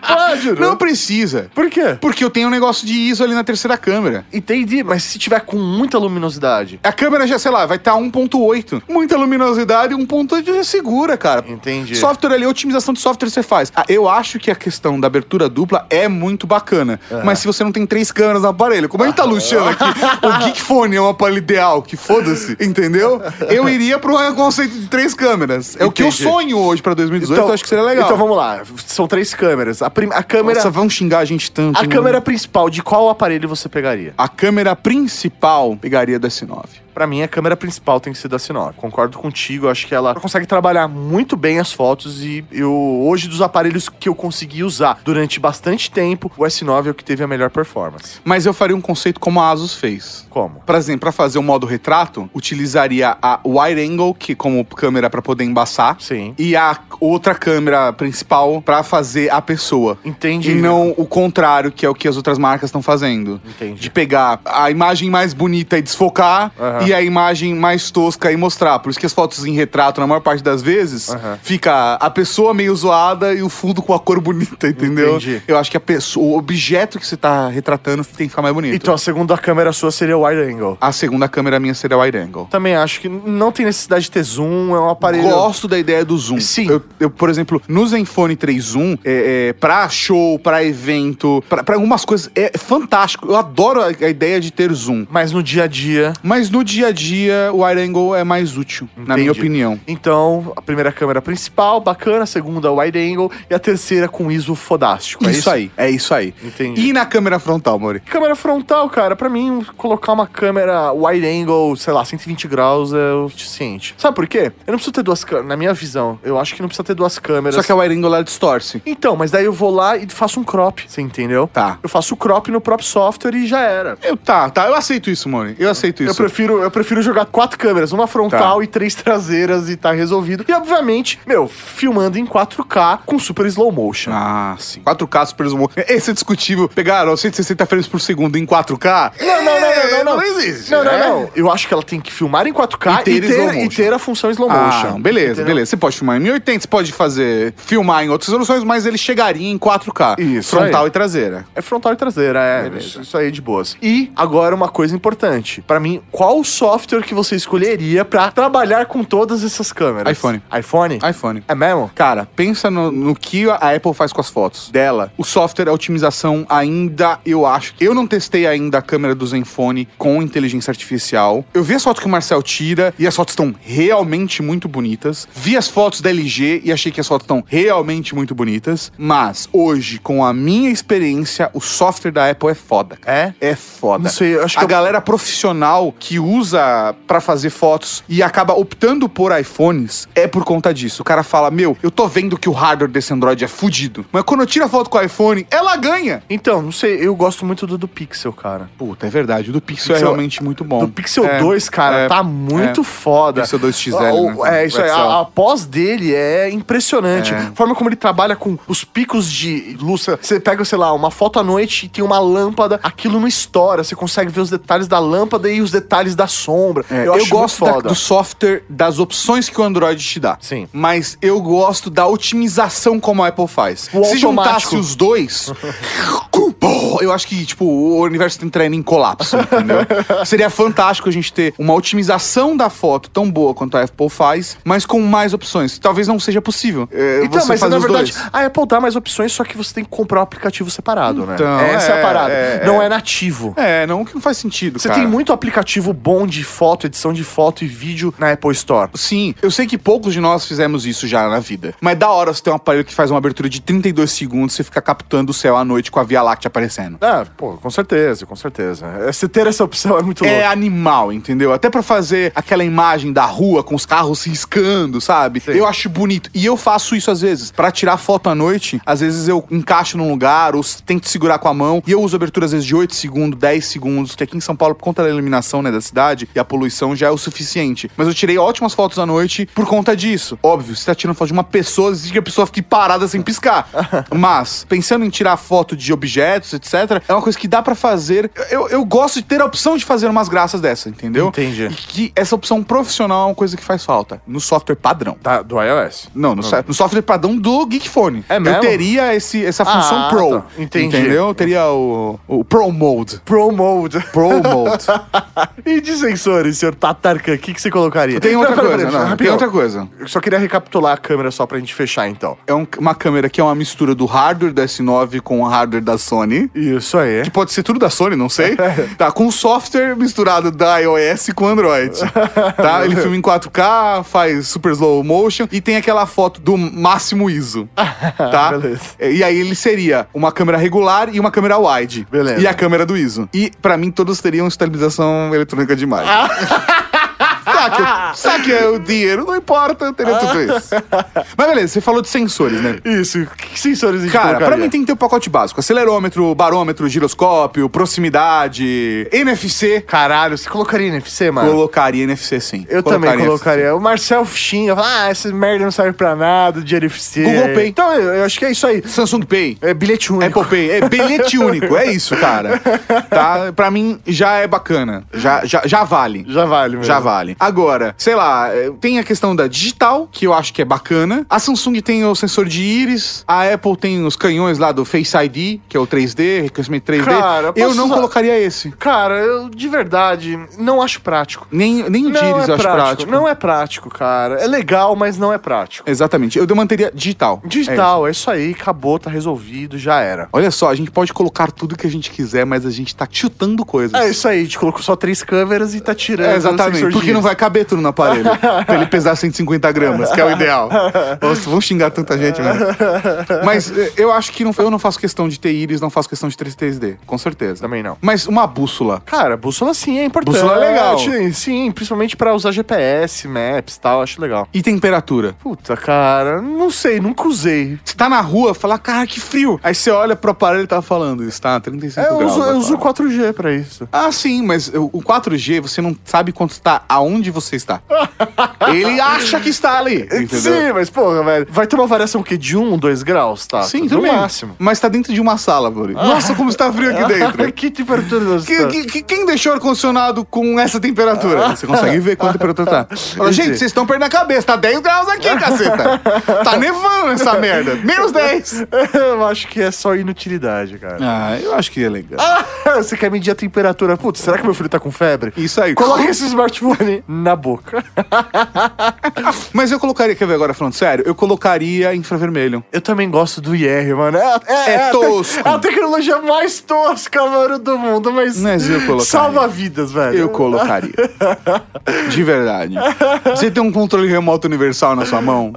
[SPEAKER 4] pode,
[SPEAKER 3] Não precisa.
[SPEAKER 4] Por quê?
[SPEAKER 3] Porque eu tenho um negócio de ISO ali na terceira câmera.
[SPEAKER 4] Entendi, mas se tiver com muita luminosidade.
[SPEAKER 3] A câmera já, sei lá, vai tá estar 1.8. Muita luminosidade, 1.8 já segura, cara.
[SPEAKER 4] Entendi.
[SPEAKER 3] Software ali, otimização de software você faz. Ah, Eu acho que a questão da abertura dupla é muito bacana. Mas se você não tem três câmeras no aparelho, como a gente tá luxando aqui, o Geekfone é um aparelho ideal, que foda-se, entendeu? Eu iria pro conceito de três câmeras. É o que eu
[SPEAKER 4] Entendi.
[SPEAKER 3] sonho hoje pra 2018, eu acho que seria legal.
[SPEAKER 4] Então vamos lá, são três câmeras. A, prim- a câmera,
[SPEAKER 3] Nossa, vão xingar a gente tanto.
[SPEAKER 4] a
[SPEAKER 3] mano.
[SPEAKER 4] câmera principal, de qual aparelho você pegaria?
[SPEAKER 3] A câmera principal pegaria do S9.
[SPEAKER 4] Pra mim, a câmera principal tem que ser da Sinop. Concordo contigo, acho que ela consegue trabalhar muito bem as fotos e eu hoje dos aparelhos que eu consegui usar durante bastante tempo, o S9 é o que teve a melhor performance.
[SPEAKER 3] Mas eu faria um conceito como a Asus fez.
[SPEAKER 4] Como?
[SPEAKER 3] Por exemplo, pra fazer o modo retrato, utilizaria a wide angle que como câmera pra poder embaçar.
[SPEAKER 4] Sim.
[SPEAKER 3] E a outra câmera principal pra fazer a pessoa.
[SPEAKER 4] Entendi.
[SPEAKER 3] E não o contrário, que é o que as outras marcas estão fazendo.
[SPEAKER 4] Entendi.
[SPEAKER 3] De pegar a imagem mais bonita e desfocar
[SPEAKER 4] Aham.
[SPEAKER 3] e a imagem mais tosca e mostrar. Por isso que as fotos em retrato, na maior parte das vezes,
[SPEAKER 4] Aham.
[SPEAKER 3] fica a pessoa meio zoada e o fundo com a cor bonita, entendeu?
[SPEAKER 4] Entendi.
[SPEAKER 3] Eu acho que a pessoa, o objeto que você tá retratando tem que ficar mais bonito.
[SPEAKER 4] Então a segunda câmera sua seria o wide angle.
[SPEAKER 3] A segunda câmera minha seria wide angle.
[SPEAKER 4] Também acho que não tem necessidade de ter zoom, é um aparelho.
[SPEAKER 3] Gosto da ideia do zoom.
[SPEAKER 4] Sim.
[SPEAKER 3] Eu, eu, por exemplo, no Zenfone 3 Zoom, é, é, pra show, pra evento, pra, pra algumas coisas, é fantástico. Eu adoro a, a ideia de ter zoom.
[SPEAKER 4] Mas no dia a dia.
[SPEAKER 3] Mas no dia a dia, o wide angle é mais útil, na
[SPEAKER 4] Entendi.
[SPEAKER 3] minha opinião.
[SPEAKER 4] Então, a primeira câmera principal, bacana, a segunda wide angle e a terceira com ISO fodástico. É
[SPEAKER 3] isso, aí, é isso aí.
[SPEAKER 4] Entendi.
[SPEAKER 3] E na câmera frontal, Mori?
[SPEAKER 4] Câmera frontal, cara, pra mim, colocar uma câmera wide angle, sei lá, 120 graus é o suficiente. Sabe por quê? Eu não preciso ter duas câmeras, na minha visão, eu acho que não precisa ter duas câmeras.
[SPEAKER 3] Só que é a wide angle ela distorce.
[SPEAKER 4] Então, mas daí eu vou lá e faço um crop, você entendeu?
[SPEAKER 3] Tá.
[SPEAKER 4] Eu faço o crop no próprio software e já era.
[SPEAKER 3] Eu, tá, tá, eu aceito isso, Mori. Eu aceito isso. Tá.
[SPEAKER 4] Eu prefiro, eu prefiro jogar quatro câmeras, uma frontal e três traseiras e tá resolvido. E obviamente, meu, filmando em 4K com super slow motion.
[SPEAKER 3] Ah, sim. 4K Super Zoom. Esse é discutível. Pegaram 160 frames por segundo em 4K?
[SPEAKER 4] Não, não, não, não, não, não.
[SPEAKER 3] Não existe,
[SPEAKER 4] Não, não,
[SPEAKER 3] né?
[SPEAKER 4] não. Eu acho que ela tem que filmar em 4K e
[SPEAKER 3] E ter
[SPEAKER 4] ter,
[SPEAKER 3] slow
[SPEAKER 4] e
[SPEAKER 3] motion.
[SPEAKER 4] ter a função slow
[SPEAKER 3] Ah,
[SPEAKER 4] motion.
[SPEAKER 3] beleza,
[SPEAKER 4] Entendeu?
[SPEAKER 3] beleza. Você pode filmar em 1080, você pode fazer filmar em outras soluções, mas ele chegaria em 4K.
[SPEAKER 4] Isso
[SPEAKER 3] Frontal
[SPEAKER 4] aí.
[SPEAKER 3] e traseira.
[SPEAKER 4] É frontal e traseira, é. Isso, isso aí é de boas. E agora uma coisa importante. Pra mim, qual software que você escolheria pra trabalhar com todas essas câmeras?
[SPEAKER 3] iPhone.
[SPEAKER 4] iPhone?
[SPEAKER 3] iPhone.
[SPEAKER 4] É mesmo?
[SPEAKER 3] Cara, pensa no, no que a Apple faz com as fotos dela. O software, a otimização ainda, eu acho. Eu não testei ainda a câmera do Zenfone com inteligência artificial. Eu vi as fotos que o Marcel tira e as fotos estão realmente muito bonitas. Vi as fotos da LG e achei que as fotos estão realmente muito bonitas. Mas hoje, com a minha experiência, o software da Apple é foda.
[SPEAKER 4] É?
[SPEAKER 3] É foda.
[SPEAKER 4] Não sei, eu acho que
[SPEAKER 3] a
[SPEAKER 4] eu-
[SPEAKER 3] galera profissional que usa pra fazer fotos e acaba optando por iPhones é por conta disso. O cara fala: Meu, eu tô vendo que o hardware desse Android é fudido, mas quando eu tiro a foto com o iPhone, ela ganha.
[SPEAKER 4] Então, não sei, eu gosto muito do, do Pixel, cara.
[SPEAKER 3] Puta, é verdade. O do Pixel, é
[SPEAKER 4] Pixel-
[SPEAKER 3] realmente muito bom.
[SPEAKER 4] Do Pixel
[SPEAKER 3] É,
[SPEAKER 4] 2, cara,
[SPEAKER 3] é,
[SPEAKER 4] tá muito
[SPEAKER 3] é.
[SPEAKER 4] foda.
[SPEAKER 3] Pixel 2 XL,
[SPEAKER 4] O-
[SPEAKER 3] né?
[SPEAKER 4] É, isso aí.
[SPEAKER 3] Excel.
[SPEAKER 4] A, a pós dele é impressionante.
[SPEAKER 3] É.
[SPEAKER 4] A forma como ele trabalha com os picos de luz. Você pega, sei lá, uma foto à noite e tem uma lâmpada, aquilo não estoura. Você consegue ver os detalhes da lâmpada e os detalhes da sombra.
[SPEAKER 3] É,
[SPEAKER 4] eu
[SPEAKER 3] eu,
[SPEAKER 4] acho
[SPEAKER 3] gosto da-
[SPEAKER 4] muito foda.
[SPEAKER 3] do software, das opções que o Android te dá.
[SPEAKER 4] Sim.
[SPEAKER 3] Mas eu gosto da otimização como a Apple faz.
[SPEAKER 4] O
[SPEAKER 3] Se
[SPEAKER 4] automático.
[SPEAKER 3] juntasse os dois, pô, eu acho que, tipo, o universo tá entrando em colapso, entendeu? Seria fantástico a gente ter uma otimização da foto tão boa quanto a Apple faz, mas com mais opções. Talvez não seja possível. é,
[SPEAKER 4] Então,
[SPEAKER 3] você
[SPEAKER 4] mas
[SPEAKER 3] fazer
[SPEAKER 4] na
[SPEAKER 3] os
[SPEAKER 4] verdade,
[SPEAKER 3] dois.
[SPEAKER 4] a Apple dá mais opções, só que você tem que comprar um aplicativo separado,
[SPEAKER 3] Então,
[SPEAKER 4] né? Essa é, a
[SPEAKER 3] é,
[SPEAKER 4] parada.
[SPEAKER 3] é,
[SPEAKER 4] não é nativo.
[SPEAKER 3] É, não, que não faz sentido,
[SPEAKER 4] Você
[SPEAKER 3] cara.
[SPEAKER 4] tem muito aplicativo bom de foto, edição de foto e vídeo na Apple Store.
[SPEAKER 3] Sim, eu sei que poucos de nós fizemos isso já na vida. Mas da hora você ter um aparelho que faz uma abertura de 32 segundos e fica captando o céu à noite com a Via Láctea aparecendo.
[SPEAKER 4] Ah, pô, com certeza, com certeza. É, Você ter essa opção é muito
[SPEAKER 3] É
[SPEAKER 4] louco.
[SPEAKER 3] animal, entendeu? Até pra fazer aquela imagem da rua com os carros riscando, sabe? Eu acho bonito. E eu faço isso às vezes. Pra tirar foto à noite, às vezes eu encaixo num lugar ou s- tento segurar com a mão. E eu uso abertura às vezes de 8 segundos, 10 segundos, que aqui em São Paulo, por conta da iluminação né, da cidade e a poluição, já é o suficiente. Mas eu tirei ótimas fotos à noite por conta disso. Óbvio, se tá tirando foto de uma pessoa, exige que a pessoa fique parada sem piscar. Mas, pensando em tirar foto de objetos, etc., é uma coisa que dá pra fazer. Eu, eu gosto de ter a opção de fazer umas graças dessa, entendeu?
[SPEAKER 4] Entendi.
[SPEAKER 3] E que essa opção profissional é uma coisa que faz falta no software padrão.
[SPEAKER 4] Da- Tá, do iOS.
[SPEAKER 3] Não, no, so- no software padrão do Geekfone.
[SPEAKER 4] É mesmo?
[SPEAKER 3] Eu teria esse, essa função
[SPEAKER 4] Ah,
[SPEAKER 3] Pro.
[SPEAKER 4] tá. Entendi.
[SPEAKER 3] Entendeu? Eu teria o, o Pro Mode.
[SPEAKER 4] Pro Mode.
[SPEAKER 3] Pro Mode.
[SPEAKER 4] e de sensores, senhor Tatarkan, o que, que você colocaria?
[SPEAKER 3] Tem outra
[SPEAKER 4] Não, pera,
[SPEAKER 3] coisa,
[SPEAKER 4] pera,
[SPEAKER 3] não,
[SPEAKER 4] rapidão.
[SPEAKER 3] tem outra coisa.
[SPEAKER 4] Eu só queria recapitular a câmera só pra gente fechar, então.
[SPEAKER 3] É um- uma câmera que é uma mistura do hardware da S9 com o hardware da Sony.
[SPEAKER 4] Isso aí.
[SPEAKER 3] Que pode ser tudo da Sony, não sei. Tá com software misturado da iOS com Android. Tá? Ele filma em 4K, faz super slow motion e tem aquela foto do máximo ISO. Tá?
[SPEAKER 4] Beleza.
[SPEAKER 3] E aí ele seria uma câmera regular e uma câmera wide.
[SPEAKER 4] Beleza. Ah.
[SPEAKER 3] E a câmera do ISO. E pra mim todos teriam estabilização eletrônica de imagem. Saca, saca é o dinheiro, não importa, eu teria tudo isso. Mas beleza, você falou de sensores, né?
[SPEAKER 4] Isso, que sensores a gente
[SPEAKER 3] Cara, pra
[SPEAKER 4] colocaria?
[SPEAKER 3] mim tem que ter o pacote básico. Acelerômetro, barômetro, giroscópio, proximidade, NFC.
[SPEAKER 4] Caralho, você colocaria NFC, mano?
[SPEAKER 3] Colocaria NFC, sim.
[SPEAKER 4] Eu também
[SPEAKER 3] NFC.
[SPEAKER 4] colocaria. O Marcel xinga, fala, ah, essa merda não serve pra nada, de NFC.
[SPEAKER 3] Google Pay.
[SPEAKER 4] Então, eu, eu acho que é isso aí.
[SPEAKER 3] Samsung Pay.
[SPEAKER 4] É bilhete único.
[SPEAKER 3] Apple Pay. É bilhete único, é isso, cara. Tá? Pra mim, já é bacana. Já, já, já vale.
[SPEAKER 4] Já vale, mesmo.
[SPEAKER 3] Já vale. Agora, sei lá, eh, tem a questão da digital, que eu acho que é bacana. A Samsung tem o sensor de íris, a Apple tem os canhões lá do Face ID, que é o 3D, reconhecimento 3D.
[SPEAKER 4] Cara,
[SPEAKER 3] eu
[SPEAKER 4] posso
[SPEAKER 3] não
[SPEAKER 4] usar-
[SPEAKER 3] colocaria esse.
[SPEAKER 4] Cara, eu de verdade não acho prático.
[SPEAKER 3] Nem, nem o de íris eu acho prático.
[SPEAKER 4] Não é prático, cara. É legal, mas não é prático.
[SPEAKER 3] Exatamente. Eu manteria digital. É isso.
[SPEAKER 4] Digital, é isso. aí, acabou, tá resolvido, já era.
[SPEAKER 3] Olha só, a gente pode colocar tudo que a gente quiser, mas a gente tá chutando coisas.
[SPEAKER 4] É isso aí, a gente colocou só três câmeras e tá tirando.
[SPEAKER 3] É,
[SPEAKER 4] o sensor
[SPEAKER 3] exatamente,
[SPEAKER 4] de
[SPEAKER 3] porque não
[SPEAKER 4] íris.
[SPEAKER 3] vai caber tudo no aparelho. pra ele pesar 150 gramas, que é o ideal. Nossa, vão xingar tanta gente, mano. Mas eh, eu acho que não, eu não faço questão de ter íris, não faço questão de ter 3D, com certeza.
[SPEAKER 4] Também não.
[SPEAKER 3] Mas uma bússola.
[SPEAKER 4] Cara, bússola sim é importante.
[SPEAKER 3] Bússola é legal.
[SPEAKER 4] Sim, principalmente pra usar GPS, maps e tal, acho legal.
[SPEAKER 3] E temperatura.
[SPEAKER 4] Puta, cara, não sei, nunca usei.
[SPEAKER 3] Você tá na rua, fala, cara, que frio. Aí você olha pro aparelho e tá falando, está a 35
[SPEAKER 4] É, eu
[SPEAKER 3] graus.
[SPEAKER 4] uso, eu
[SPEAKER 3] lá
[SPEAKER 4] uso
[SPEAKER 3] fora."
[SPEAKER 4] 4G pra isso.
[SPEAKER 3] Ah, sim, mas o o 4G, você não sabe quanto está, aonde você está. Ele acha que está ali. Entendeu?
[SPEAKER 4] Sim, mas porra, velho. Vai ter uma variação o quê? De 1, 2 graus, tá?
[SPEAKER 3] Sim, Ah.
[SPEAKER 4] no
[SPEAKER 3] tudo bem.
[SPEAKER 4] máximo.
[SPEAKER 3] Mas tá dentro de uma sala, Buri. Nossa, como está frio aqui dentro.
[SPEAKER 4] que temperatura nós
[SPEAKER 3] Que-
[SPEAKER 4] estamos?
[SPEAKER 3] que- que- quem deixou o ar-condicionado com essa temperatura? Você consegue ver quanto a temperatura tá. Fala, gente,
[SPEAKER 4] Entendi.
[SPEAKER 3] vocês estão perdendo a cabeça. Tá 10 graus aqui, caceta. Tá nevando essa merda. Menos 10.
[SPEAKER 4] Eu acho que é só inutilidade, cara.
[SPEAKER 3] Ah, eu acho que é legal.
[SPEAKER 4] Ah, você quer medir a temperatura? Putz, será que meu filho tá com febre?
[SPEAKER 3] Isso aí.
[SPEAKER 4] Coloca esse smartphone na boca.
[SPEAKER 3] Mas eu colocaria, quer ver agora falando sério? Eu colocaria infravermelho.
[SPEAKER 4] Eu também gosto do IR, mano. É,
[SPEAKER 3] É
[SPEAKER 4] a te-
[SPEAKER 3] tosco.
[SPEAKER 4] a tecnologia mais tosca, mano, do mundo, mas.
[SPEAKER 3] Mas eu colocaria.
[SPEAKER 4] Salva vidas, velho.
[SPEAKER 3] Eu colocaria. De verdade. Você tem um controle remoto universal na sua mão?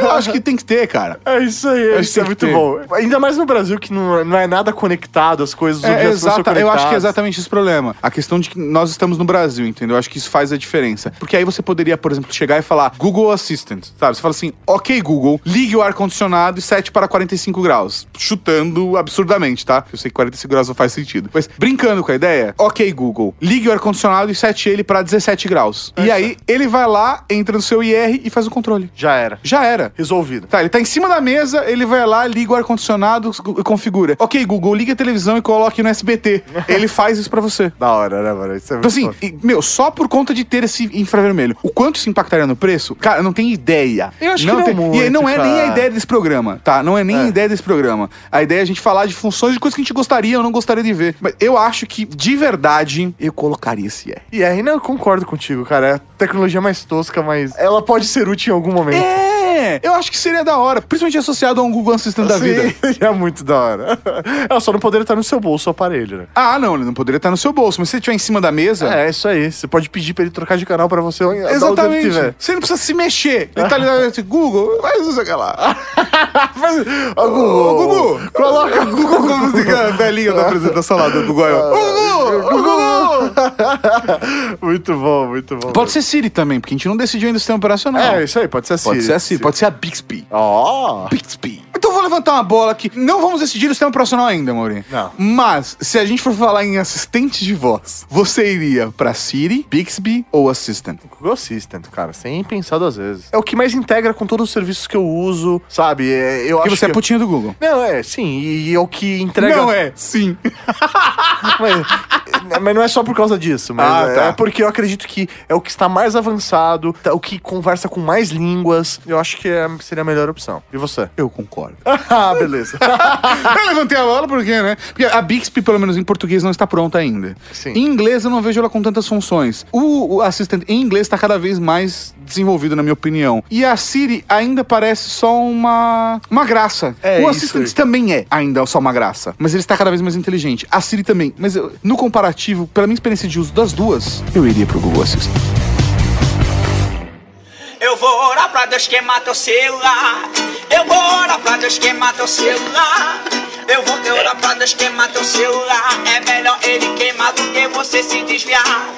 [SPEAKER 3] Eu acho que tem que ter, cara.
[SPEAKER 4] É isso aí,
[SPEAKER 3] Acho
[SPEAKER 4] isso é
[SPEAKER 3] que
[SPEAKER 4] muito
[SPEAKER 3] tem.
[SPEAKER 4] bom. Ainda mais no Brasil, que não, não é nada conectado, as coisas, os
[SPEAKER 3] É,
[SPEAKER 4] objetos não são
[SPEAKER 3] exata- eu
[SPEAKER 4] conectados.
[SPEAKER 3] acho que é exatamente esse o problema. A questão de que nós estamos no Brasil, entendeu? Eu acho que isso faz a diferença. Porque aí você poderia, por exemplo, chegar e falar Google Assistant, sabe? Você fala assim, ok, Google, ligue o ar-condicionado e 7 para 45 graus. Chutando absurdamente, tá? Eu sei que 45 graus não faz sentido. Mas brincando com a ideia, ok, Google, ligue o ar-condicionado e sete ele para 17 graus. e aí ele vai lá, entra no seu IR e faz o controle.
[SPEAKER 4] Já era.
[SPEAKER 3] Já era.
[SPEAKER 4] Resolvido.
[SPEAKER 3] Tá, ele tá em cima da mesa, ele vai lá, liga o ar-condicionado e configura. Ok, Google, liga a televisão e coloque no SBT. ele faz isso pra você.
[SPEAKER 4] Da hora, né, mano? Isso é
[SPEAKER 3] Então,
[SPEAKER 4] muito
[SPEAKER 3] assim,
[SPEAKER 4] bom.
[SPEAKER 3] e, meu, só por conta de ter esse infravermelho. O quanto isso impactaria no preço, cara, eu não tenho ideia.
[SPEAKER 4] Eu acho que não
[SPEAKER 3] tem-
[SPEAKER 4] muito,
[SPEAKER 3] E aí não é nem a
[SPEAKER 4] cara.
[SPEAKER 3] ideia desse programa, tá? Não é nem a ideia desse programa. A ideia é a gente falar de funções de coisas que a gente gostaria ou não gostaria de ver. Mas eu acho que, de verdade, eu colocaria esse R.
[SPEAKER 4] E aí, não, eu concordo contigo, cara. É a tecnologia mais tosca, mas ela pode ser útil em algum momento.
[SPEAKER 3] É, eu acho que seria da hora, principalmente associado a um Google Assistant da vida.
[SPEAKER 4] Sim, é muito da hora. Ela só não poderia estar no seu bolso o aparelho, né?
[SPEAKER 3] Ah, não, ele não poderia estar no seu bolso, mas se ele estiver em cima da mesa.
[SPEAKER 4] É, isso aí. Você pode pedir pra ele trocar de canal pra você. da onde ele
[SPEAKER 3] Exatamente.
[SPEAKER 4] tiver.
[SPEAKER 3] Você não precisa se mexer. Ele tá ali na Google, mas usa aquela.
[SPEAKER 4] Ó, Gugu,
[SPEAKER 3] Ô, Gugu,
[SPEAKER 4] coloca.
[SPEAKER 3] Google, como fica a velhinha da apresentação lá do Google. Ô, Gugu, ô, Gugu.
[SPEAKER 4] muito bom, muito bom.
[SPEAKER 3] Pode ser Siri também, porque a gente não decidiu ainda o sistema operacional.
[SPEAKER 4] É, isso aí, pode ser assim.
[SPEAKER 3] Pode ser a Siri, pode ser a Bixby.
[SPEAKER 4] Ó.
[SPEAKER 3] Bixby. Então eu vou levantar uma bola aqui. Não vamos decidir o sistema operacional ainda, Maurinho.
[SPEAKER 4] Não.
[SPEAKER 3] Mas, se a gente for falar em assistente de voz, você iria pra Siri, Bixby ou Assistant?
[SPEAKER 4] Google Assistant, cara, sem pensar duas vezes. É o que mais integra com todos os serviços que eu uso, sabe? É, eu
[SPEAKER 3] Porque
[SPEAKER 4] acho
[SPEAKER 3] você é
[SPEAKER 4] que...
[SPEAKER 3] putinha do Google.
[SPEAKER 4] Não, é, sim, e é o que entrega.
[SPEAKER 3] Não é, sim.
[SPEAKER 4] Mas, mas não é só por causa disso, mas
[SPEAKER 3] Ah,
[SPEAKER 4] é-
[SPEAKER 3] tá.
[SPEAKER 4] é porque eu acredito que é o que está mais avançado, tá- o que conversa com mais línguas. Eu acho que é- seria a melhor opção. E você?
[SPEAKER 3] Eu concordo.
[SPEAKER 4] ah, beleza.
[SPEAKER 3] eu levantei a bola porque, né? Porque a Bixby, pelo menos em português, não está pronta ainda.
[SPEAKER 4] Sim.
[SPEAKER 3] Em inglês, eu não vejo ela com tantas funções. O, o assistente em inglês está cada vez mais desenvolvido, na minha opinião. E a Siri ainda parece só uma, uma graça.
[SPEAKER 4] É,
[SPEAKER 3] o
[SPEAKER 4] isso
[SPEAKER 3] assistente
[SPEAKER 4] aí.
[SPEAKER 3] também é ainda só uma graça. Mas ele está cada vez mais inteligente. A Siri também. Mas eu- no comparativo, pela minha experiência de uso das duas, eu iria pro Google Assistant.
[SPEAKER 13] Eu vou orar pra Deus queimar teu celular. Eu vou orar pra Deus queimar teu celular. Eu vou te orar pra Deus queimar teu celular. É melhor ele queimar do que você se desviar.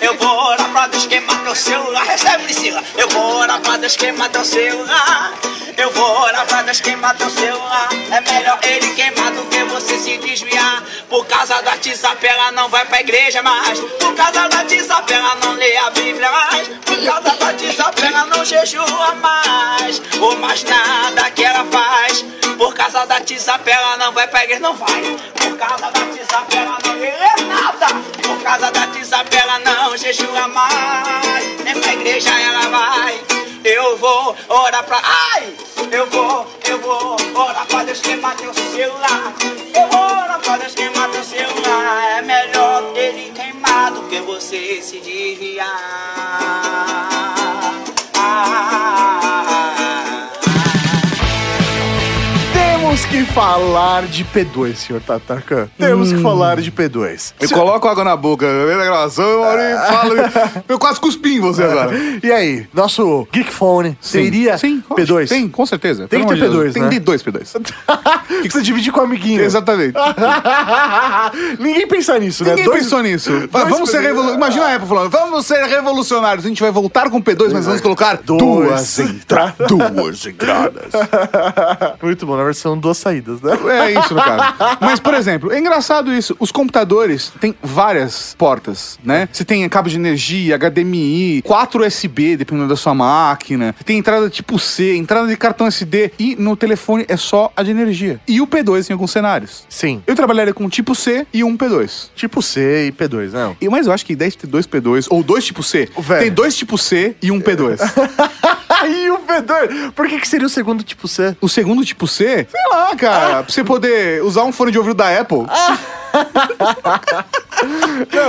[SPEAKER 13] Eu vou orar pra Deus queimar teu celular. Recebe, Priscila. Eu vou orar pra Deus queimar teu celular. Eu vou orar pra Deus queimar teu celular. É melhor ele queimar do que você se desviar. Por causa da WhatsApp ela não vai pra igreja mais. Por causa da WhatsApp ela não lê a Bíblia mais. Por causa da WhatsApp ela não jejua mais. Ou mais nada que ela faz. Por causa da WhatsApp ela não vai pra igreja, não vai. Por causa da WhatsApp ela não lê nada. Por causa da WhatsApp ela não jejua mais. Nem pra igreja ela vai. Eu vou orar pra. Ai! Eu vou, eu vou orar pra Deus queimar teu celular. Eu vou orar pra Deus queimar teu celular. É melhor ele queimar do que você se desviar.
[SPEAKER 4] Temos que falar de P2, senhor Tatarkan. Temos
[SPEAKER 3] Hum.
[SPEAKER 4] que falar de P2.
[SPEAKER 3] Eu coloco água na boca, na gravação, eu olho e falo. Eu quase cuspi em você agora.
[SPEAKER 4] E aí, nosso Geek Phone
[SPEAKER 3] Sim.
[SPEAKER 4] seria
[SPEAKER 3] Sim,
[SPEAKER 4] P2?
[SPEAKER 3] Tem, com certeza.
[SPEAKER 4] Tem que
[SPEAKER 3] Pelo
[SPEAKER 4] ter
[SPEAKER 3] amor de Deus.
[SPEAKER 4] P2, né?
[SPEAKER 3] Tem de dois P2.
[SPEAKER 4] O que você divide com o amiguinho.
[SPEAKER 3] Exatamente. é
[SPEAKER 4] Ninguém pensa nisso,
[SPEAKER 3] Ah, Ninguém
[SPEAKER 4] né? Dois-
[SPEAKER 3] pensou nisso.
[SPEAKER 4] dois
[SPEAKER 3] Vai, vamos ser
[SPEAKER 4] P2.
[SPEAKER 3] revolucionários. Imagina a Apple falando, vamos ser revolucionários. A gente vai voltar com P2, mas vamos colocar duas entradas. Duas entradas.
[SPEAKER 4] Ah, Muito bom, na versão duas saídas, né?
[SPEAKER 3] É isso, no caso. Mas, por exemplo, é engraçado isso. Os computadores têm várias portas, né? Você tem cabo de energia, HDMI, 4 USB, dependendo da sua máquina. Tem entrada tipo C, entrada de cartão SD. E no telefone é só a de energia. E o P2 em alguns cenários.
[SPEAKER 4] Sim.
[SPEAKER 3] Eu trabalharia com tipo C e um P2.
[SPEAKER 4] Tipo C e né? P2, não.
[SPEAKER 3] E, mas eu acho que 10 ter dois P2, ou dois tipo C.
[SPEAKER 4] Velho. É.
[SPEAKER 3] Tem dois tipo C e um P2.
[SPEAKER 4] e o P2? Por que, que seria o segundo tipo C?
[SPEAKER 3] o segundo tipo C, sei lá, cara, pra você poder usar um fone de ouvido da Apple.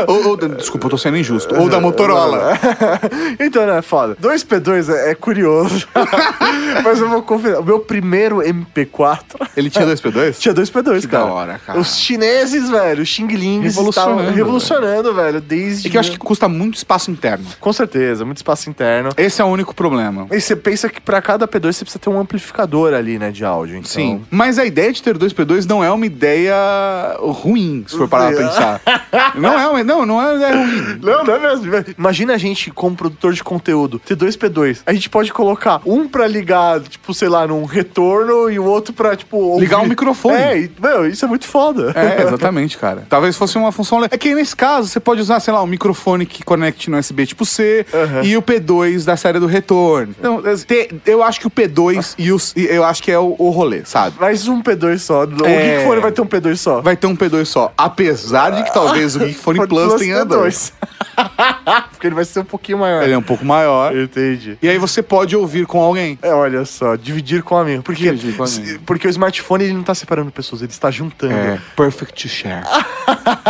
[SPEAKER 3] ou, ou da- desculpa, eu tô sendo injusto. Ou da Motorola.
[SPEAKER 4] então, né, foda. 2P2 é, é curioso. Mas eu vou confessar. O meu primeiro MP4
[SPEAKER 3] Ele tinha dois P2?
[SPEAKER 4] tinha 2P2,
[SPEAKER 3] Que
[SPEAKER 4] cara.
[SPEAKER 3] da hora, cara.
[SPEAKER 4] Os chineses, velho, os Xing Lings
[SPEAKER 3] Revolucionando,
[SPEAKER 4] estavam revolucionando, velho, desde...
[SPEAKER 3] É que eu acho que custa muito espaço interno.
[SPEAKER 4] Com certeza, muito espaço interno.
[SPEAKER 3] Esse é o único problema.
[SPEAKER 4] E você pensa que pra cada P2 você precisa ter um amplificador ali, né, de áudio. Então...
[SPEAKER 3] Sim. Mas a ideia de ter dois P2 não é uma ideia ruim, se for parar pra pensar. não, é uma, não, não é uma ideia ruim.
[SPEAKER 4] Não, não é mesmo. velho. Imagina a gente, como produtor de conteúdo, ter dois P2. A gente pode colocar um pra ligar, tipo, sei lá, num retorno e o outro pra, tipo. ouvir.
[SPEAKER 3] Ligar um microfone.
[SPEAKER 4] É, e, meu, isso é muito foda.
[SPEAKER 3] É, exatamente, cara. Talvez fosse uma função. le- É que nesse caso, você pode usar, sei lá, um microfone que conecte no USB tipo C
[SPEAKER 4] Aham.
[SPEAKER 3] e o P2 da série do retorno. Então, te- eu acho que o P2 e os- e eu acho que é o, o rolê, sabe?
[SPEAKER 4] Mas um P2 só. O
[SPEAKER 3] É.
[SPEAKER 4] Geek Fone vai ter um P2 só.
[SPEAKER 3] Vai ter um P2 só. Apesar de que talvez o Geekfone
[SPEAKER 4] Fone
[SPEAKER 3] Plus tenha dois.
[SPEAKER 4] Porque ele vai ser um pouquinho maior.
[SPEAKER 3] Ele é um pouco maior.
[SPEAKER 4] Entendi.
[SPEAKER 3] E aí você pode ouvir com alguém.
[SPEAKER 4] É, olha só, dividir com o amigo. Porque,
[SPEAKER 3] Dividir com o
[SPEAKER 4] se-
[SPEAKER 3] amigo.
[SPEAKER 4] porque o smartphone ele não tá separando pessoas, ele está juntando.
[SPEAKER 3] É, perfect to share.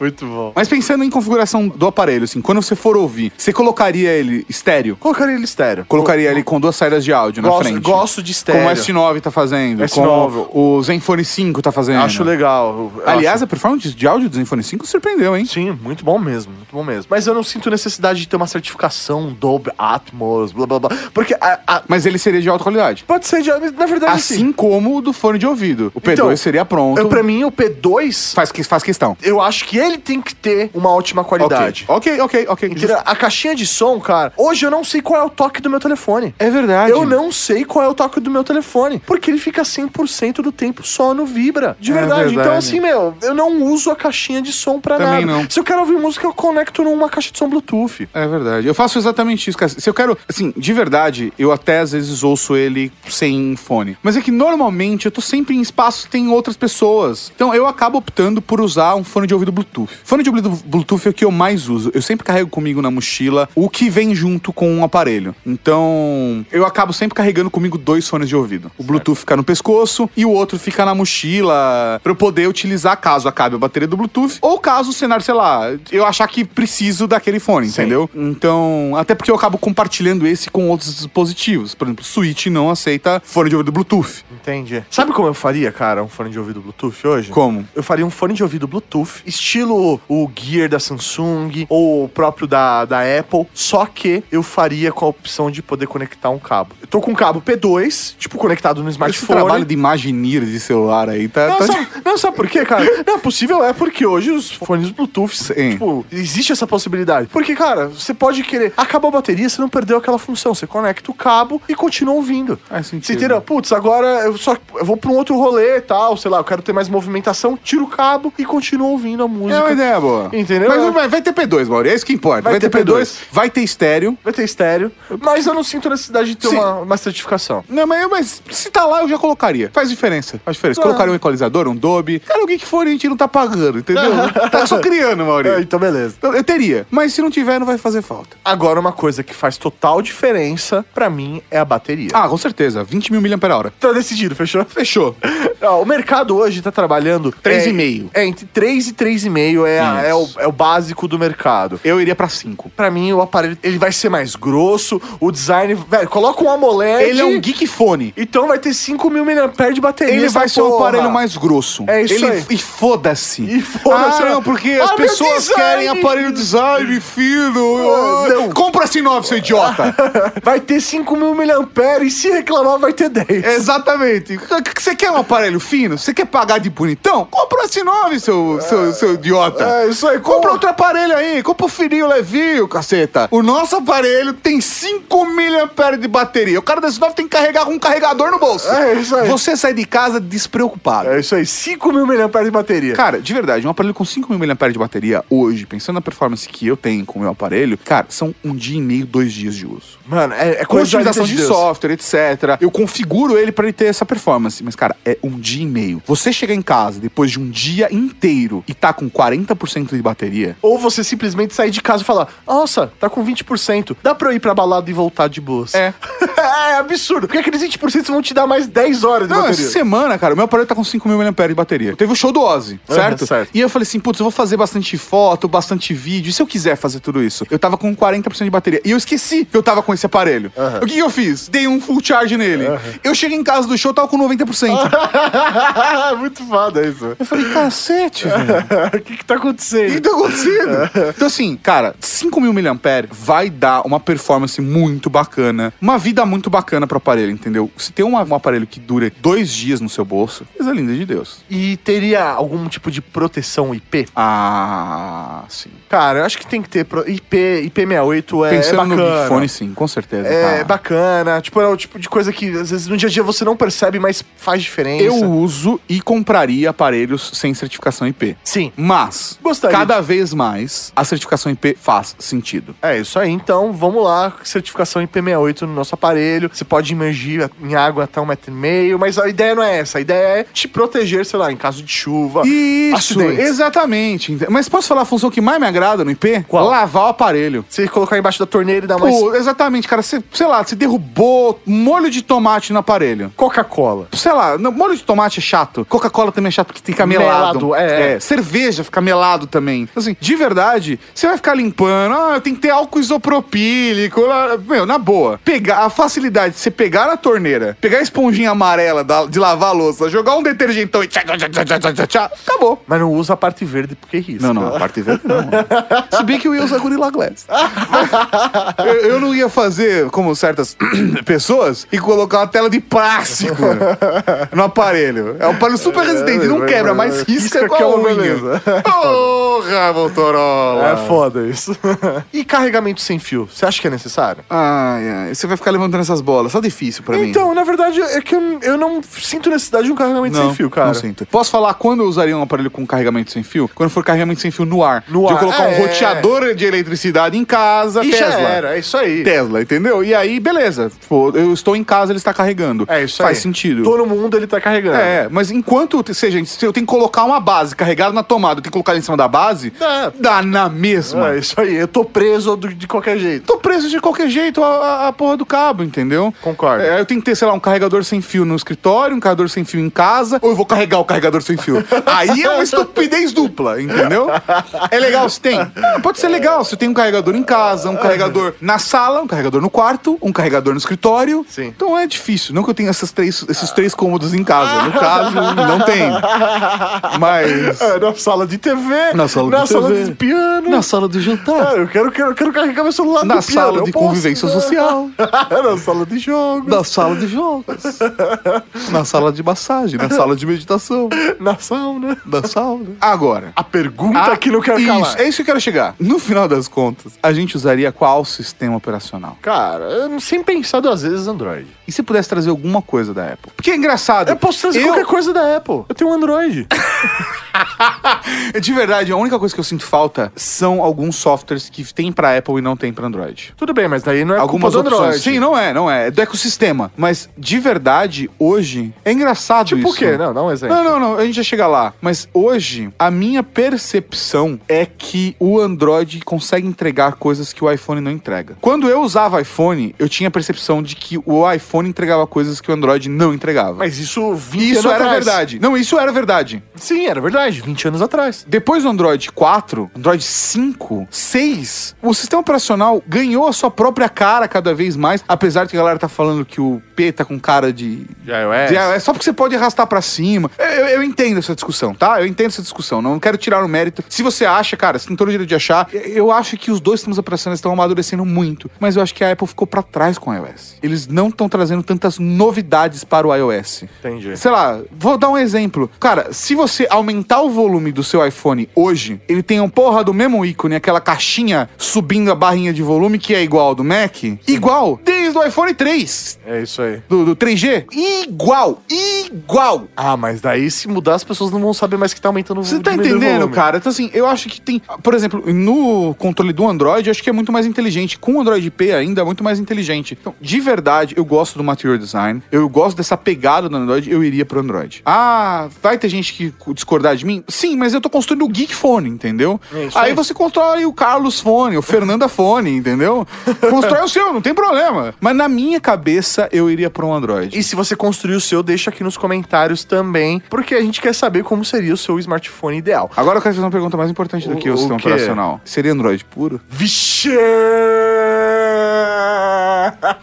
[SPEAKER 4] Muito bom.
[SPEAKER 3] Mas pensando em configuração do aparelho, assim, quando você for ouvir, você colocaria ele estéreo?
[SPEAKER 4] Colocaria ele estéreo.
[SPEAKER 3] Colocaria ele com duas saídas de áudio
[SPEAKER 4] Gosto-
[SPEAKER 3] na frente.
[SPEAKER 4] gosto de estéreo.
[SPEAKER 3] Como o S9 tá fazendo.
[SPEAKER 4] S9.
[SPEAKER 3] Como o Zenfone 5 tá fazendo.
[SPEAKER 4] Acho legal. eu
[SPEAKER 3] Aliás,
[SPEAKER 4] acho-
[SPEAKER 3] a performance de áudio do Zenfone 5 surpreendeu, hein?
[SPEAKER 4] Sim, muito bom mesmo, muito bom mesmo. Mas eu não sinto necessidade de ter uma certificação Dolby Atmos, blá blá blá. Porque a- a-
[SPEAKER 3] Mas ele seria de alta qualidade.
[SPEAKER 4] pode ser de. Na verdade,
[SPEAKER 3] Assim como o do fone de ouvido. O P2
[SPEAKER 4] Então,
[SPEAKER 3] seria pronto.
[SPEAKER 4] Eu, pra mim, o P2,
[SPEAKER 3] Faz, que- faz questão.
[SPEAKER 4] eu acho que ele tem que ter uma ótima qualidade.
[SPEAKER 3] Ok, ok, ok. ok.
[SPEAKER 4] Entendeu? A caixinha de som, cara, hoje eu não sei qual é o toque do meu telefone.
[SPEAKER 3] É verdade.
[SPEAKER 4] Eu não sei qual é o toque do meu telefone. Porque ele fica 100% do tempo só no vibra. De
[SPEAKER 3] É
[SPEAKER 4] verdade. Então,
[SPEAKER 3] verdade.
[SPEAKER 4] assim, meu, eu não uso a caixinha de som pra
[SPEAKER 3] Também
[SPEAKER 4] nada.
[SPEAKER 3] não.
[SPEAKER 4] Se eu quero ouvir música, eu conecto numa caixa de som Bluetooth.
[SPEAKER 3] É verdade. Eu faço exatamente isso, cara. Se eu quero, assim, de verdade, eu até às vezes ouço ele sem fone. Mas é que normalmente eu tô sempre em espaços que tem outras pessoas. Então eu acabo optando por usar um fone de ouvido Bluetooth. Fone de ouvido Bluetooth é o que eu mais uso. Eu sempre carrego comigo na mochila o que vem junto com o aparelho. Então eu acabo sempre carregando comigo dois fones de ouvido. O Bluetooth fica no pescoço e o outro fica na mochila pra eu poder utilizar caso acabe a bateria do Bluetooth ou caso o cenário, sei lá, eu achar que preciso daquele fone, entendeu? Então, até porque eu acabo compartilhando esse com outros dispositivos. Por exemplo, Switch não aceita fone de ouvido Bluetooth.
[SPEAKER 4] Entendi. Sabe como eu faria, cara, um fone de ouvido Bluetooth hoje?
[SPEAKER 3] Como?
[SPEAKER 4] Eu faria um fone de ouvido Bluetooth, estilo o Gear da Samsung ou o próprio da, da Apple, só que eu faria com a opção de poder conectar um cabo. Eu tô com um cabo P2, tipo, conectado no
[SPEAKER 3] Esse
[SPEAKER 4] smartphone.
[SPEAKER 3] trabalho de imagineer de celular aí tá.
[SPEAKER 4] Não,
[SPEAKER 3] tá-
[SPEAKER 4] é sabe, não, sabe por quê, cara? Não, possível é porque hoje os fones Bluetooth,
[SPEAKER 3] Sim.
[SPEAKER 4] tipo, existe essa possibilidade. Porque, cara, você pode querer. Acabou a bateria, você não perdeu aquela função. Você conecta o cabo e continua ouvindo.
[SPEAKER 3] Faz sentido.
[SPEAKER 4] Você entendeu? Putz, agora eu só eu vou pra um outro rolê e tal, sei lá, eu quero ter mais movimentação, tiro o cabo e continuo ouvindo a música.
[SPEAKER 3] É uma ideia boa.
[SPEAKER 4] Entendeu?
[SPEAKER 3] Mas não vai, vai ter P2, Mauri. É isso que importa. Vai, ter P2, vai ter estéreo.
[SPEAKER 4] Vai ter estéreo. Mas eu não sinto necessidade de ter uma, uma certificação.
[SPEAKER 3] Não, mas, eu- mas se tá lá, eu já colocaria. Faz diferença. Faz diferença.
[SPEAKER 4] Ah.
[SPEAKER 3] Colocaria um equalizador, um dobe. Cara, alguém que for, a gente não tá pagando, entendeu? tá só criando, Mauri.
[SPEAKER 4] É, então, beleza.
[SPEAKER 3] Eu, eu teria. Mas se não tiver, não vai fazer falta.
[SPEAKER 4] Agora, uma coisa que faz total diferença pra mim é a bateria.
[SPEAKER 3] Ah, com certeza. 20 mil mAh.
[SPEAKER 4] Tá decidido, fechou?
[SPEAKER 3] Fechou.
[SPEAKER 4] Ó, o mercado hoje tá trabalhando.
[SPEAKER 3] Três
[SPEAKER 4] é,
[SPEAKER 3] e meio.
[SPEAKER 4] É, entre 3 e 3,5 é, a- é, o, é o básico do mercado.
[SPEAKER 3] Eu iria pra 5.
[SPEAKER 4] Pra mim, o aparelho ele vai ser mais grosso, o design. Velho, coloca um AMOLED.
[SPEAKER 3] Ele é um geek fone.
[SPEAKER 4] Então vai ter 5 mil mAh de bateria.
[SPEAKER 3] Ele
[SPEAKER 4] essa
[SPEAKER 3] vai ser um
[SPEAKER 4] porra.
[SPEAKER 3] aparelho mais grosso.
[SPEAKER 4] É isso
[SPEAKER 3] Ele-
[SPEAKER 4] aí.
[SPEAKER 3] E foda-se.
[SPEAKER 4] E foda-se.
[SPEAKER 3] Ah, não, porque
[SPEAKER 4] Ah,
[SPEAKER 3] as
[SPEAKER 4] meu
[SPEAKER 3] pessoas
[SPEAKER 4] design.
[SPEAKER 3] querem aparelho design fino.
[SPEAKER 4] Ah, não.
[SPEAKER 3] Compra C9, seu idiota.
[SPEAKER 4] Vai ter 5 mil mAh e se reclamar vai ter 10.
[SPEAKER 3] Exatamente. Você quer um aparelho fino? Você quer pagar de bonitão? Compra um S9, seu, seu, seu idiota.
[SPEAKER 4] É, isso aí.
[SPEAKER 3] Compra
[SPEAKER 4] Com-
[SPEAKER 3] outro aparelho aí. Compra o fininho levinho, caceta. O nosso aparelho tem 5 mAh de bateria. O cara do S9 tem que carregar com um carregador no bolso.
[SPEAKER 4] É, isso aí.
[SPEAKER 3] Você sai de casa despreocupado.
[SPEAKER 4] É isso aí, 5 mil mAh de bateria.
[SPEAKER 3] Cara, de verdade, um aparelho com 5 mil mAh de bateria hoje, pensando na performance que eu tenho com o meu aparelho, cara, são um dia e meio, dois dias de uso.
[SPEAKER 4] Mano, é, é
[SPEAKER 3] Com
[SPEAKER 4] coisa
[SPEAKER 3] otimização de,
[SPEAKER 4] Deus.
[SPEAKER 3] software, etc. Eu configuro ele pra ele ter essa performance. Mas, cara, é um dia e meio. Você chegar em casa depois de um dia inteiro e tá com 40% de bateria,
[SPEAKER 4] Ou você simplesmente sair de casa e falar: Nossa, tá com 20%, dá pra eu ir pra balada e voltar de boas.
[SPEAKER 3] É.
[SPEAKER 4] é absurdo. Porque aqueles 20% vão te dar mais 10 horas de
[SPEAKER 3] Não,
[SPEAKER 4] bateria.
[SPEAKER 3] essa semana, cara, o meu aparelho tá com 5 mil mAh de bateria. Teve o show do Ozzy,
[SPEAKER 4] Aham,
[SPEAKER 3] certo?
[SPEAKER 4] certo.
[SPEAKER 3] E eu falei assim, putz, eu vou fazer bastante foto, bastante vídeo. E se eu quiser fazer tudo isso? Eu tava com 40% de bateria. E eu esqueci que eu tava com esse aparelho.
[SPEAKER 4] Aham.
[SPEAKER 3] O que, que eu fiz? Dei um full charge nele. Eu cheguei em casa do show, tava com 90%.
[SPEAKER 4] É Muito foda isso.
[SPEAKER 3] Eu falei, cacete, velho.
[SPEAKER 4] O que que tá
[SPEAKER 3] O que que
[SPEAKER 4] acontecendo?
[SPEAKER 3] tá acontecendo? então, assim, cara, 5 mil mAh vai dar uma performance muito bacana, uma vida muito bacana pro aparelho, entendeu? Se tem um, um aparelho que dure dois dias no seu bolso, coisa linda de Deus.
[SPEAKER 4] E teria algum tipo de proteção IP?
[SPEAKER 3] Ah, sim.
[SPEAKER 4] Cara, eu acho que tem que ter pro- IP, IP68 é, é
[SPEAKER 3] Pensando no
[SPEAKER 4] bacana.
[SPEAKER 3] Big Fone, sim, com certeza.
[SPEAKER 4] é
[SPEAKER 3] cara.
[SPEAKER 4] bacana, tipo, é o tipo de coisa que às vezes no dia a dia você não percebe, mas faz diferença.
[SPEAKER 3] Eu uso e compraria aparelhos sem certificação IP.
[SPEAKER 4] Sim.
[SPEAKER 3] Mas,
[SPEAKER 4] Gostaria.
[SPEAKER 3] cada vez mais, a certificação IP faz sentido.
[SPEAKER 4] É isso aí, então vamos lá. Certificação IP68 no nosso aparelho. Você pode imergir em água até um metro e meio, mas a ideia não é essa. A ideia é te proteger, sei lá, em caso de chuva.
[SPEAKER 3] Isso,
[SPEAKER 4] acidentes.
[SPEAKER 3] exatamente. Mas posso falar a função que mais me agrada no IP?
[SPEAKER 4] Qual?
[SPEAKER 3] Lavar o aparelho.
[SPEAKER 4] Você colocar embaixo da torneira e dar mais
[SPEAKER 3] Pô, exatamente, cara. Você, sei lá, você derrubou molho de tomate no aparelho.
[SPEAKER 4] Coca-Cola.
[SPEAKER 3] Sei lá, não, molho de tomate é chato. Coca-Cola também é chato porque fica melado.
[SPEAKER 4] Melado, é, é.
[SPEAKER 3] Cerveja fica melado também. Assim, de verdade, você vai ficar limpando. Ah, tem que ter álcool isopropílico. lá. Meu, na boa. Pegar, a facilidade de você pegar na torneira, pegar a esponjinha amarela da- de lavar a louça, jogar um detergentão e tchá, tchá, tchá, tchá, tchá, tchá, tchá, tchá, acabou.
[SPEAKER 4] Mas não usa a parte verde porque é risca.
[SPEAKER 3] Não, não, a parte verde não.
[SPEAKER 4] Se bem que eu ia usar Gorilla Glass.
[SPEAKER 3] Eu, eu não ia fazer como certas pessoas e colocar uma tela de plástico no aparelho. É um aparelho super resistente, não quebra, mas risca,
[SPEAKER 4] Risca
[SPEAKER 3] com
[SPEAKER 4] que é
[SPEAKER 3] a
[SPEAKER 4] uma
[SPEAKER 3] unha.
[SPEAKER 4] beleza.
[SPEAKER 3] Porra, Motorola!
[SPEAKER 4] É foda isso. e carregamento sem fio, você acha que é necessário?
[SPEAKER 3] Ai, ai, você vai ficar levantando essas bolas, tá difícil pra mim.
[SPEAKER 4] Então, na verdade, é que eu, eu não sinto necessidade de um carregamento
[SPEAKER 3] Não,
[SPEAKER 4] sem fio, cara.
[SPEAKER 3] não sinto. Posso falar quando eu usaria um aparelho com carregamento sem fio? Quando for carregamento sem fio no ar.
[SPEAKER 4] No
[SPEAKER 3] de
[SPEAKER 4] ar,
[SPEAKER 3] eu colocar
[SPEAKER 4] é.
[SPEAKER 3] um roteador de eletricidade em casa,
[SPEAKER 4] E
[SPEAKER 3] Tesla.
[SPEAKER 4] já era, é isso aí.
[SPEAKER 3] Tesla, entendeu? E aí, beleza. Tipo, eu estou em casa, ele está carregando.
[SPEAKER 4] É isso
[SPEAKER 3] Faz
[SPEAKER 4] aí.
[SPEAKER 3] sentido.
[SPEAKER 4] Todo mundo ele tá carregando.
[SPEAKER 3] É, mas enquanto seja, gente, se eu tenho que colocar uma base carregada na tomada, eu tenho que colocar ela em cima da base,
[SPEAKER 4] Dá.
[SPEAKER 3] dá na mesma.
[SPEAKER 4] É isso aí, eu tô preso do- de qualquer jeito.
[SPEAKER 3] Tô preso de qualquer jeito a, a- a porra do cabo, entendeu?
[SPEAKER 4] Concordo.
[SPEAKER 3] É, eu tenho que ter, sei lá, um carregador sem fio no escritório, um carregador sem fio em casa, ou eu vou carregar o carregador sem fio. Aí é uma estupidez dupla, entendeu? É legal se tem? Ah, pode ser legal se tem um carregador em casa, um carregador na sala, um carregador no quarto, um carregador no escritório.
[SPEAKER 4] Sim.
[SPEAKER 3] Então é difícil. Não que eu tenha essas três, esses três cômodos em casa. No caso, não tem. Mas.
[SPEAKER 4] É, na sala de TV,
[SPEAKER 3] Na sala
[SPEAKER 4] na
[SPEAKER 3] de
[SPEAKER 4] sala
[SPEAKER 3] TV,
[SPEAKER 4] de piano.
[SPEAKER 3] na sala do jantar.
[SPEAKER 4] Ah, eu quero, quero, quero carregar meu celular
[SPEAKER 3] Na
[SPEAKER 4] no piano,
[SPEAKER 3] sala
[SPEAKER 4] eu
[SPEAKER 3] de
[SPEAKER 4] posso,
[SPEAKER 3] convivência
[SPEAKER 4] né?
[SPEAKER 3] social.
[SPEAKER 4] Na sala de jogos.
[SPEAKER 3] Na sala de jogos. Na sala de massagem, na sala de meditação.
[SPEAKER 4] Na sauna.
[SPEAKER 3] Na sauna. Agora.
[SPEAKER 4] A pergunta que Ah, não quer
[SPEAKER 3] isso,
[SPEAKER 4] calar.
[SPEAKER 3] É isso que eu quero chegar. No final das contas, a gente usaria qual sistema operacional?
[SPEAKER 4] Cara, eu não sem pensar duas vezes Android.
[SPEAKER 3] E se pudesse trazer alguma coisa da Apple? Porque é engraçado.
[SPEAKER 4] Eu posso trazer qualquer coisa da Apple. Eu tenho um Android.
[SPEAKER 3] De verdade, a única coisa que eu sinto falta são alguns softwares que tem pra Apple e não tem pra Android.
[SPEAKER 4] Tudo bem, mas daí não é
[SPEAKER 3] Algumas
[SPEAKER 4] culpa do
[SPEAKER 3] opções.
[SPEAKER 4] Android.
[SPEAKER 3] Sim, não é, não é. É do ecossistema. Mas de verdade, hoje, é engraçado
[SPEAKER 4] Tipo
[SPEAKER 3] isso.
[SPEAKER 4] o quê? Não, dá um exemplo.
[SPEAKER 3] Não, não, não. A gente já chega lá. Mas hoje, a minha percepção é que o Android consegue entregar coisas que o iPhone não entrega. Quando eu usava iPhone, eu tinha a percepção de que o iPhone entregava coisas que o Android não entregava.
[SPEAKER 4] Mas isso 20
[SPEAKER 3] isso
[SPEAKER 4] anos
[SPEAKER 3] era
[SPEAKER 4] atrás.
[SPEAKER 3] verdade. Não, isso era verdade.
[SPEAKER 4] Sim, era verdade, 20 anos atrás.
[SPEAKER 3] Depois do Android 4, Android 5, 6, o sistema operacional ganhou a sua própria cara cada vez mais, apesar de que a galera tá falando que o P tá com cara de...
[SPEAKER 4] De iOS.
[SPEAKER 3] de iOS, só porque você pode arrastar pra cima. Eu, eu- eu entendo essa discussão, tá? Eu entendo essa discussão, não quero tirar o mérito. Se você acha, cara, você tem todo o direito de achar. Eu- Eu acho que os dois sistemas operacionais estão amadurecendo muito, mas eu acho que a Apple ficou pra trás com o iOS. Eles não estão trazendo tantas novidades para o iOS.
[SPEAKER 4] Entendi.
[SPEAKER 3] Sei lá, vou dar um exemplo. Cara, se você aumentar o volume do seu iPhone hoje, ele tem um porra do mesmo ícone, aquela caixinha subindo a barrinha de volume que é igual ao do Mac, igual desde o iPhone 3.
[SPEAKER 4] É isso aí.
[SPEAKER 3] Do, do 3G? Igual! Igual!
[SPEAKER 4] Ah, mas daí se mudar, as pessoas não vão saber mais que tá aumentando o
[SPEAKER 3] Você tá
[SPEAKER 4] diminuindo o
[SPEAKER 3] entendendo,
[SPEAKER 4] volume.
[SPEAKER 3] cara? Então, assim, eu acho que tem. Por exemplo, no controle do Android, eu acho que é muito mais inteligente. Com o Android P ainda, é muito mais inteligente. Então, de verdade, eu gosto do material design. Eu gosto dessa pegada do Android. Eu iria pro Android. Ah, vai ter gente que discordar de mim? Sim, mas eu tô construindo o Geek Fone, entendeu?
[SPEAKER 4] É isso
[SPEAKER 3] aí,
[SPEAKER 4] aí.
[SPEAKER 3] você constrói o Carlos Fone, o Fernanda Fone, entendeu? Constrói o seu, não tem problema. Mas na minha cabeça, eu iria pro um Android.
[SPEAKER 4] E se você construir o seu, deixa aqui nos comentários também, porque a gente quer saber como seria o seu smartphone ideal.
[SPEAKER 3] Agora eu quero fazer uma pergunta mais importante do que o,
[SPEAKER 4] O- o
[SPEAKER 3] sistema
[SPEAKER 4] quê?
[SPEAKER 3] operacional. Seria Android puro?
[SPEAKER 4] Vixe!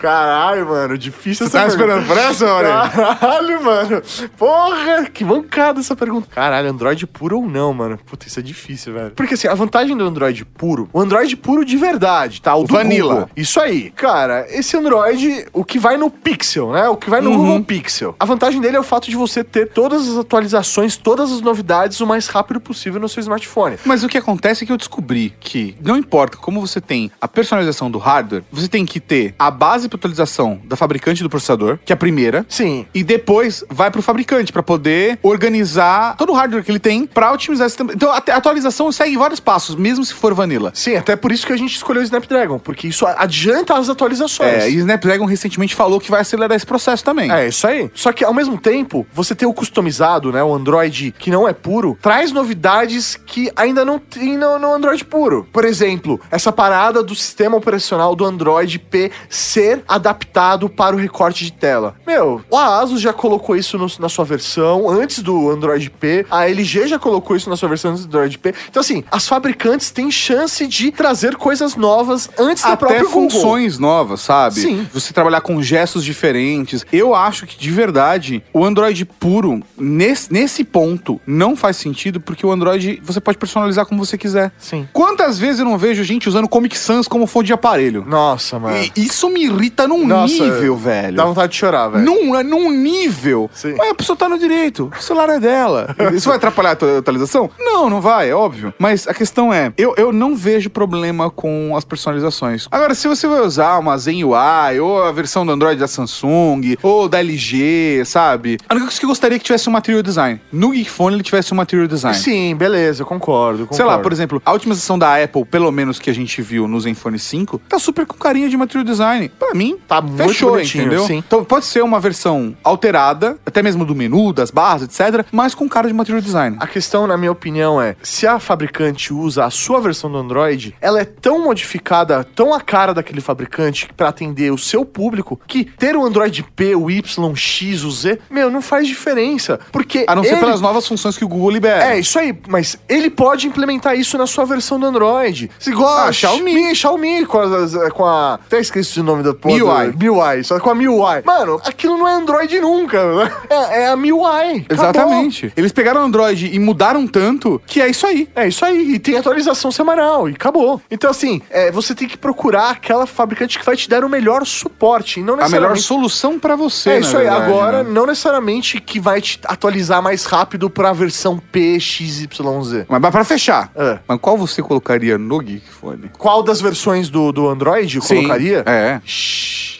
[SPEAKER 4] Caralho, mano, difícil
[SPEAKER 3] Você tava
[SPEAKER 4] pergunta.
[SPEAKER 3] esperando por essa, Aurélio?
[SPEAKER 4] Caralho, mano. Porra, que mancada essa pergunta. Caralho, Android puro ou não, mano? Puta, isso é difícil, velho. Porque assim, a vantagem do Android puro, o Android puro de verdade, tá? O do
[SPEAKER 3] Vanilla.
[SPEAKER 4] Google. Isso aí. Cara, esse Android, o que vai no Pixel, né? O que
[SPEAKER 3] Uhum.
[SPEAKER 4] vai no Google Pixel. A vantagem dele é o fato de você ter todas as atualizações, todas as novidades o mais rápido possível no seu smartphone.
[SPEAKER 3] Mas o que acontece é que eu descobri que não importa como você tem a personalização do hardware, você tem que ter a base para atualização da fabricante do processador, que é a primeira.
[SPEAKER 4] Sim.
[SPEAKER 3] E depois vai pro fabricante para poder organizar todo o hardware que ele tem para otimizar esse tempo. Então a a atualização segue vários passos, mesmo se for vanilla.
[SPEAKER 4] Sim, até por isso que a gente escolheu o Snapdragon, porque isso adianta as atualizações.
[SPEAKER 3] É, e Snapdragon recentemente falou que vai acelerar esse processo também.
[SPEAKER 4] É, isso aí. Só que ao mesmo tempo, você ter o customizado, né? O Android que não é puro, traz novidades que ainda não tem no, no Android puro. Por exemplo, essa parada do sistema operacional do Android P ser adaptado para o recorte de tela. Meu, a Asus já colocou isso no- na sua versão antes do Android P, a LG já colocou isso na sua versão antes do Android P. Então, assim, as fabricantes têm chance de trazer coisas novas antes da
[SPEAKER 3] até
[SPEAKER 4] própria Google.
[SPEAKER 3] funções novas, sabe?
[SPEAKER 4] Sim.
[SPEAKER 3] Você trabalhar com gestos diferentes. Eu acho que, de verdade, o Android puro, nesse, nesse ponto, não faz sentido, porque o Android você pode personalizar como você quiser.
[SPEAKER 4] Sim.
[SPEAKER 3] Quantas vezes eu não vejo gente usando Comic Sans como fonte de aparelho?
[SPEAKER 4] Nossa, mano.
[SPEAKER 3] E isso me irrita num
[SPEAKER 4] É. Nossa,
[SPEAKER 3] nível, velho.
[SPEAKER 4] Dá vontade de chorar, velho.
[SPEAKER 3] Num, é num nível.
[SPEAKER 4] Sim.
[SPEAKER 3] Mas a pessoa tá no direito. O celular é dela. Isso vai atrapalhar a tua atualização? Não, não vai, é óbvio. Mas a questão é, eu, eu não vejo problema com as personalizações. Agora, se você vai usar uma Zen UI, ou a versão do Android da Samsung, ou da LG, sabe? A única coisa que eu gostaria é que tivesse um material design. No Geekfone ele tivesse um material design.
[SPEAKER 4] Sim, beleza, eu concordo,
[SPEAKER 3] Sei lá, por exemplo, a otimização da Apple, pelo menos que a gente viu no Zenfone 5, tá super com carinha de material design. Pra mim,
[SPEAKER 4] Tá muito
[SPEAKER 3] fechou,
[SPEAKER 4] bonitinho,
[SPEAKER 3] entendeu?
[SPEAKER 4] sim.
[SPEAKER 3] Então pode ser uma versão alterada, até mesmo do menu, das barras, etc, mas com cara de material design.
[SPEAKER 4] A questão, na minha opinião, é se a fabricante usa a sua versão do Android, ela é tão modificada, tão a cara daquele fabricante pra atender o seu público, que ter o Android P, o Y, X, o Z, meu, não faz diferença. Porque.
[SPEAKER 3] A não ser
[SPEAKER 4] ele-
[SPEAKER 3] pelas novas funções que o Google libera.
[SPEAKER 4] É, isso aí, mas ele pode implementar isso na sua versão do Android. Se igual
[SPEAKER 3] Ah,
[SPEAKER 4] a Xiaomi, Xiaomi com, as- com a Tá escrito o nome da porra.
[SPEAKER 3] MIUI.
[SPEAKER 4] do- MIUI, só com a MIUI. Mano, aquilo não é Android nunca. né? É, é a MIUI. Acabou.
[SPEAKER 3] Exatamente. Eles pegaram o Android e mudaram tanto que é isso aí.
[SPEAKER 4] É isso aí. E tem atualização semanal e acabou. Então, assim, é, você tem que procurar aquela fabricante que vai te dar o melhor suporte. e Não
[SPEAKER 3] A melhor
[SPEAKER 4] necessariamente...
[SPEAKER 3] solução pra você.
[SPEAKER 4] É
[SPEAKER 3] na
[SPEAKER 4] isso aí.
[SPEAKER 3] verdade,
[SPEAKER 4] Agora,
[SPEAKER 3] né?
[SPEAKER 4] não necessariamente que vai te atualizar mais rápido pra versão PXYZ.
[SPEAKER 3] Mas mas pra fechar,
[SPEAKER 4] É.
[SPEAKER 3] mas qual você colocaria no Geekfone?
[SPEAKER 4] Qual das versões do, do Android eu
[SPEAKER 3] Sim,
[SPEAKER 4] colocaria?
[SPEAKER 3] É.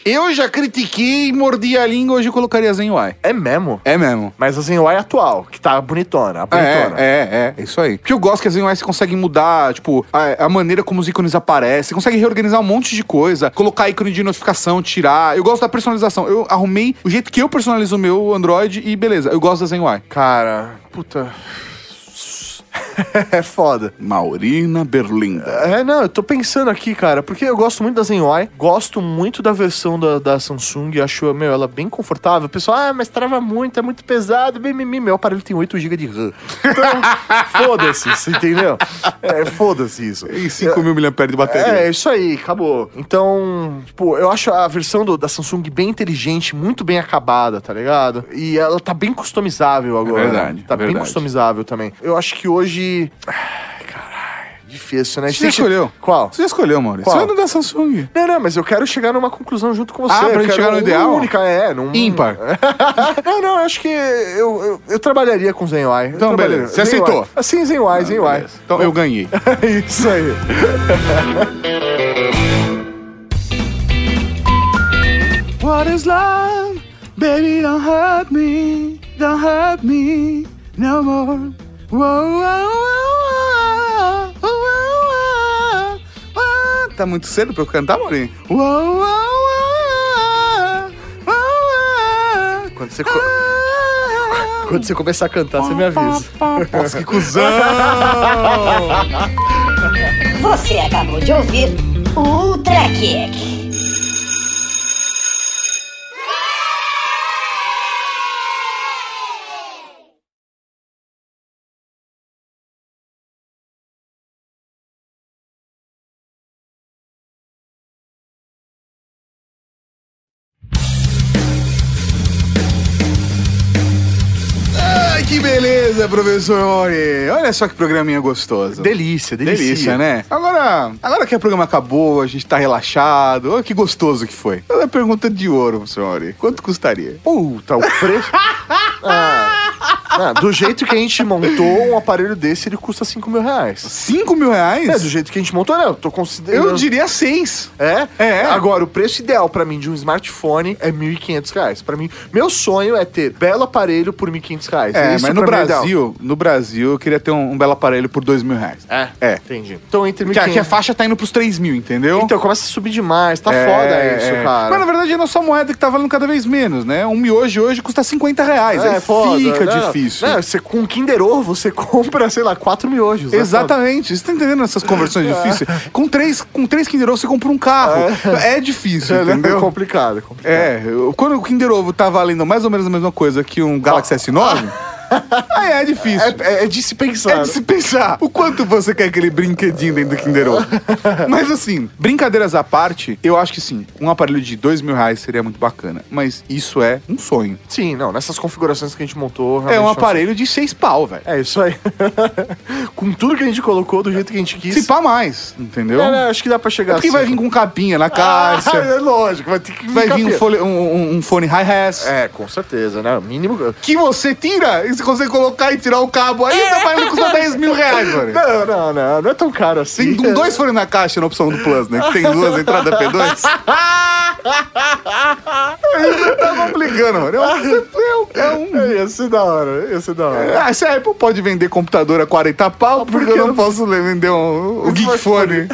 [SPEAKER 3] Eu já critiquei e mordi a língua, hoje eu colocaria a ZenY.
[SPEAKER 4] É mesmo?
[SPEAKER 3] É mesmo.
[SPEAKER 4] Mas a ZenY atual, que tá bonitona, a bonitona.
[SPEAKER 3] É, é, é, é isso aí. Porque eu gosto que a ZenY você consegue mudar, tipo, a, a maneira como os ícones aparecem, você consegue reorganizar um monte de coisa, colocar ícone de notificação, tirar. Eu gosto da personalização. Eu arrumei o jeito que eu personalizo o meu Android e beleza, eu gosto da ZenY.
[SPEAKER 4] Cara, puta. é foda.
[SPEAKER 3] Maurina Berlinda.
[SPEAKER 4] É, não, eu tô pensando aqui, cara, porque eu gosto muito da Zenui, gosto muito da versão da, da Samsung, acho, meu, ela bem confortável. O pessoal, ah, mas trava muito, é muito pesado, mimimi, meu aparelho tem 8 GB de RAM. Então, foda-se, você entendeu? É, foda-se isso.
[SPEAKER 3] E 5 mil mAh de bateria.
[SPEAKER 4] É, isso aí, acabou. Então, tipo, eu acho a versão do- da Samsung bem inteligente, muito bem acabada, tá ligado? E ela tá bem customizável agora.
[SPEAKER 3] verdade,
[SPEAKER 4] Tá
[SPEAKER 3] é
[SPEAKER 4] bem
[SPEAKER 3] verdade.
[SPEAKER 4] customizável também. Eu acho que hoje. Ai, caralho, difícil, né?
[SPEAKER 3] Você já escolheu?
[SPEAKER 4] Qual?
[SPEAKER 3] Você já escolheu, Maurício?
[SPEAKER 4] Qual?
[SPEAKER 3] Você não da Samsung.
[SPEAKER 4] Não, não, mas eu quero chegar numa conclusão junto com você.
[SPEAKER 3] Ah, pra
[SPEAKER 4] Eu
[SPEAKER 3] gente
[SPEAKER 4] quero
[SPEAKER 3] chegar no
[SPEAKER 4] uma
[SPEAKER 3] ideal?
[SPEAKER 4] única, é. Num...
[SPEAKER 3] Ímpar.
[SPEAKER 4] não, não, eu acho que eu, eu, eu trabalharia com Zen Y.
[SPEAKER 3] Então, beleza. Você aceitou?
[SPEAKER 4] Assim, Zen Y, Zen Y.
[SPEAKER 3] Então eu ganhei.
[SPEAKER 4] É isso aí.
[SPEAKER 3] What is love? Baby, don't hurt me, don't hurt me no more. Uou, uou, uou, uou, uou, uou, uou. Tá muito cedo pra eu cantar, Maurinho? Uou, uou, uou, uou, uou.
[SPEAKER 4] Quando você, co-
[SPEAKER 3] Ah.
[SPEAKER 4] Quando você começar a cantar, você me avisa.
[SPEAKER 3] Nossa, que cuzão!
[SPEAKER 2] Você acabou de ouvir o Ultra Kick.
[SPEAKER 3] Ai, que beleza, professor Mori. Olha só que programinha gostoso.
[SPEAKER 4] Delícia, delícia.
[SPEAKER 3] Delícia, né? Agora, agora que o programa acabou, a gente tá relaxado. Olha que gostoso que foi. Olha a pergunta de ouro, professor Mori. Quanto custaria?
[SPEAKER 4] Puta, o preço. Ah, ah, do jeito que a gente montou, um aparelho desse ele custa 5 mil reais.
[SPEAKER 3] 5 mil reais?
[SPEAKER 4] É, do jeito que a gente montou, não. Eu tô considerando.
[SPEAKER 3] Eu diria seis.
[SPEAKER 4] É?
[SPEAKER 3] É.
[SPEAKER 4] Agora, o preço ideal pra mim de um smartphone é R$ 1.500 reais. Pra mim, meu sonho é ter belo aparelho por R$ 1.500 reais.
[SPEAKER 3] É,
[SPEAKER 4] Isso
[SPEAKER 3] mas no
[SPEAKER 4] pra mim é ideal.
[SPEAKER 3] Brasil, no Brasil, eu queria ter um, um belo aparelho por dois mil reais.
[SPEAKER 4] É.
[SPEAKER 3] É.
[SPEAKER 4] Entendi. Então, entre
[SPEAKER 3] Que, que a
[SPEAKER 4] 1.500.
[SPEAKER 3] faixa tá indo pros 3 mil, entendeu?
[SPEAKER 4] Então, começa a subir demais. Tá
[SPEAKER 3] É,
[SPEAKER 4] foda isso,
[SPEAKER 3] é.
[SPEAKER 4] cara.
[SPEAKER 3] Mas na verdade é a nossa moeda que tá valendo cada vez menos, né? Um miojo hoje custa 50 reais. aí fica
[SPEAKER 4] né?
[SPEAKER 3] difícil.
[SPEAKER 4] Né, você, com um Kinder Ovo, você compra, sei lá, quatro miojos. né?
[SPEAKER 3] Exatamente. Você tá entendendo essas conversões
[SPEAKER 4] É.
[SPEAKER 3] difíceis? Com três, com três Kinder Ovo você compra um carro. É, difícil,
[SPEAKER 4] É, né?
[SPEAKER 3] entendeu?
[SPEAKER 4] É complicado, é complicado.
[SPEAKER 3] É, eu- quando o Kinder Ovo tá valendo mais ou menos a mesma coisa que um Galaxy S9, aí é difícil.
[SPEAKER 4] Ah. É, é, é de se pensar.
[SPEAKER 3] É de se pensar o quanto você quer aquele brinquedinho dentro do Kinder Ovo. Mas assim, brincadeiras à parte, eu acho que sim, um aparelho de dois mil reais seria muito bacana. Mas isso é um sonho.
[SPEAKER 4] Sim, não, nessas configurações que a gente montou,
[SPEAKER 3] É
[SPEAKER 4] realmente
[SPEAKER 3] um
[SPEAKER 4] não-
[SPEAKER 3] aparelho de seis pau, velho.
[SPEAKER 4] É isso aí. Com tudo que a gente colocou, do jeito que a gente quis.
[SPEAKER 3] Se pá mais, entendeu?
[SPEAKER 4] É, né, acho que dá pra chegar
[SPEAKER 3] É porque
[SPEAKER 4] assim.
[SPEAKER 3] vai vir com capinha na
[SPEAKER 4] Ah,
[SPEAKER 3] caixa.
[SPEAKER 4] é lógico, vai ter que
[SPEAKER 3] Vai vir um
[SPEAKER 4] capeta.
[SPEAKER 3] fone, um, um- um fone hi-hats.
[SPEAKER 4] É, com certeza, né? O mínimo.
[SPEAKER 3] Que você tira, e você consegue colocar e tirar o cabo. Aí essa parada custa 10 mil reais, mano.
[SPEAKER 4] Não, não, não, não é tão caro
[SPEAKER 3] Tem
[SPEAKER 4] assim.
[SPEAKER 3] com dois fones na caixa na opção do Plus, né? Que tem duas entradas P2. Aí você tá complicando, mano. É um- É um. é um-
[SPEAKER 4] Ia ser da hora, ia ser da hora.
[SPEAKER 3] Ah, se a Apple pode vender computador a 40 pau, por que eu não posso le- vender um, um Geekfone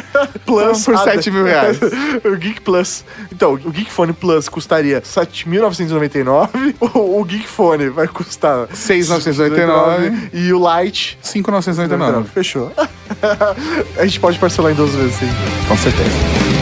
[SPEAKER 3] Plus por
[SPEAKER 4] Ah,
[SPEAKER 3] 7 mil reais?
[SPEAKER 4] o Geek Plus. Então, o Geek Fone Plus custaria 7.999. O, o Geek Fone vai custar
[SPEAKER 3] 6.999.
[SPEAKER 4] E o Lite.
[SPEAKER 3] 5.999.
[SPEAKER 4] Fechou. a gente pode parcelar em 12 vezes, sim.
[SPEAKER 3] Com certeza.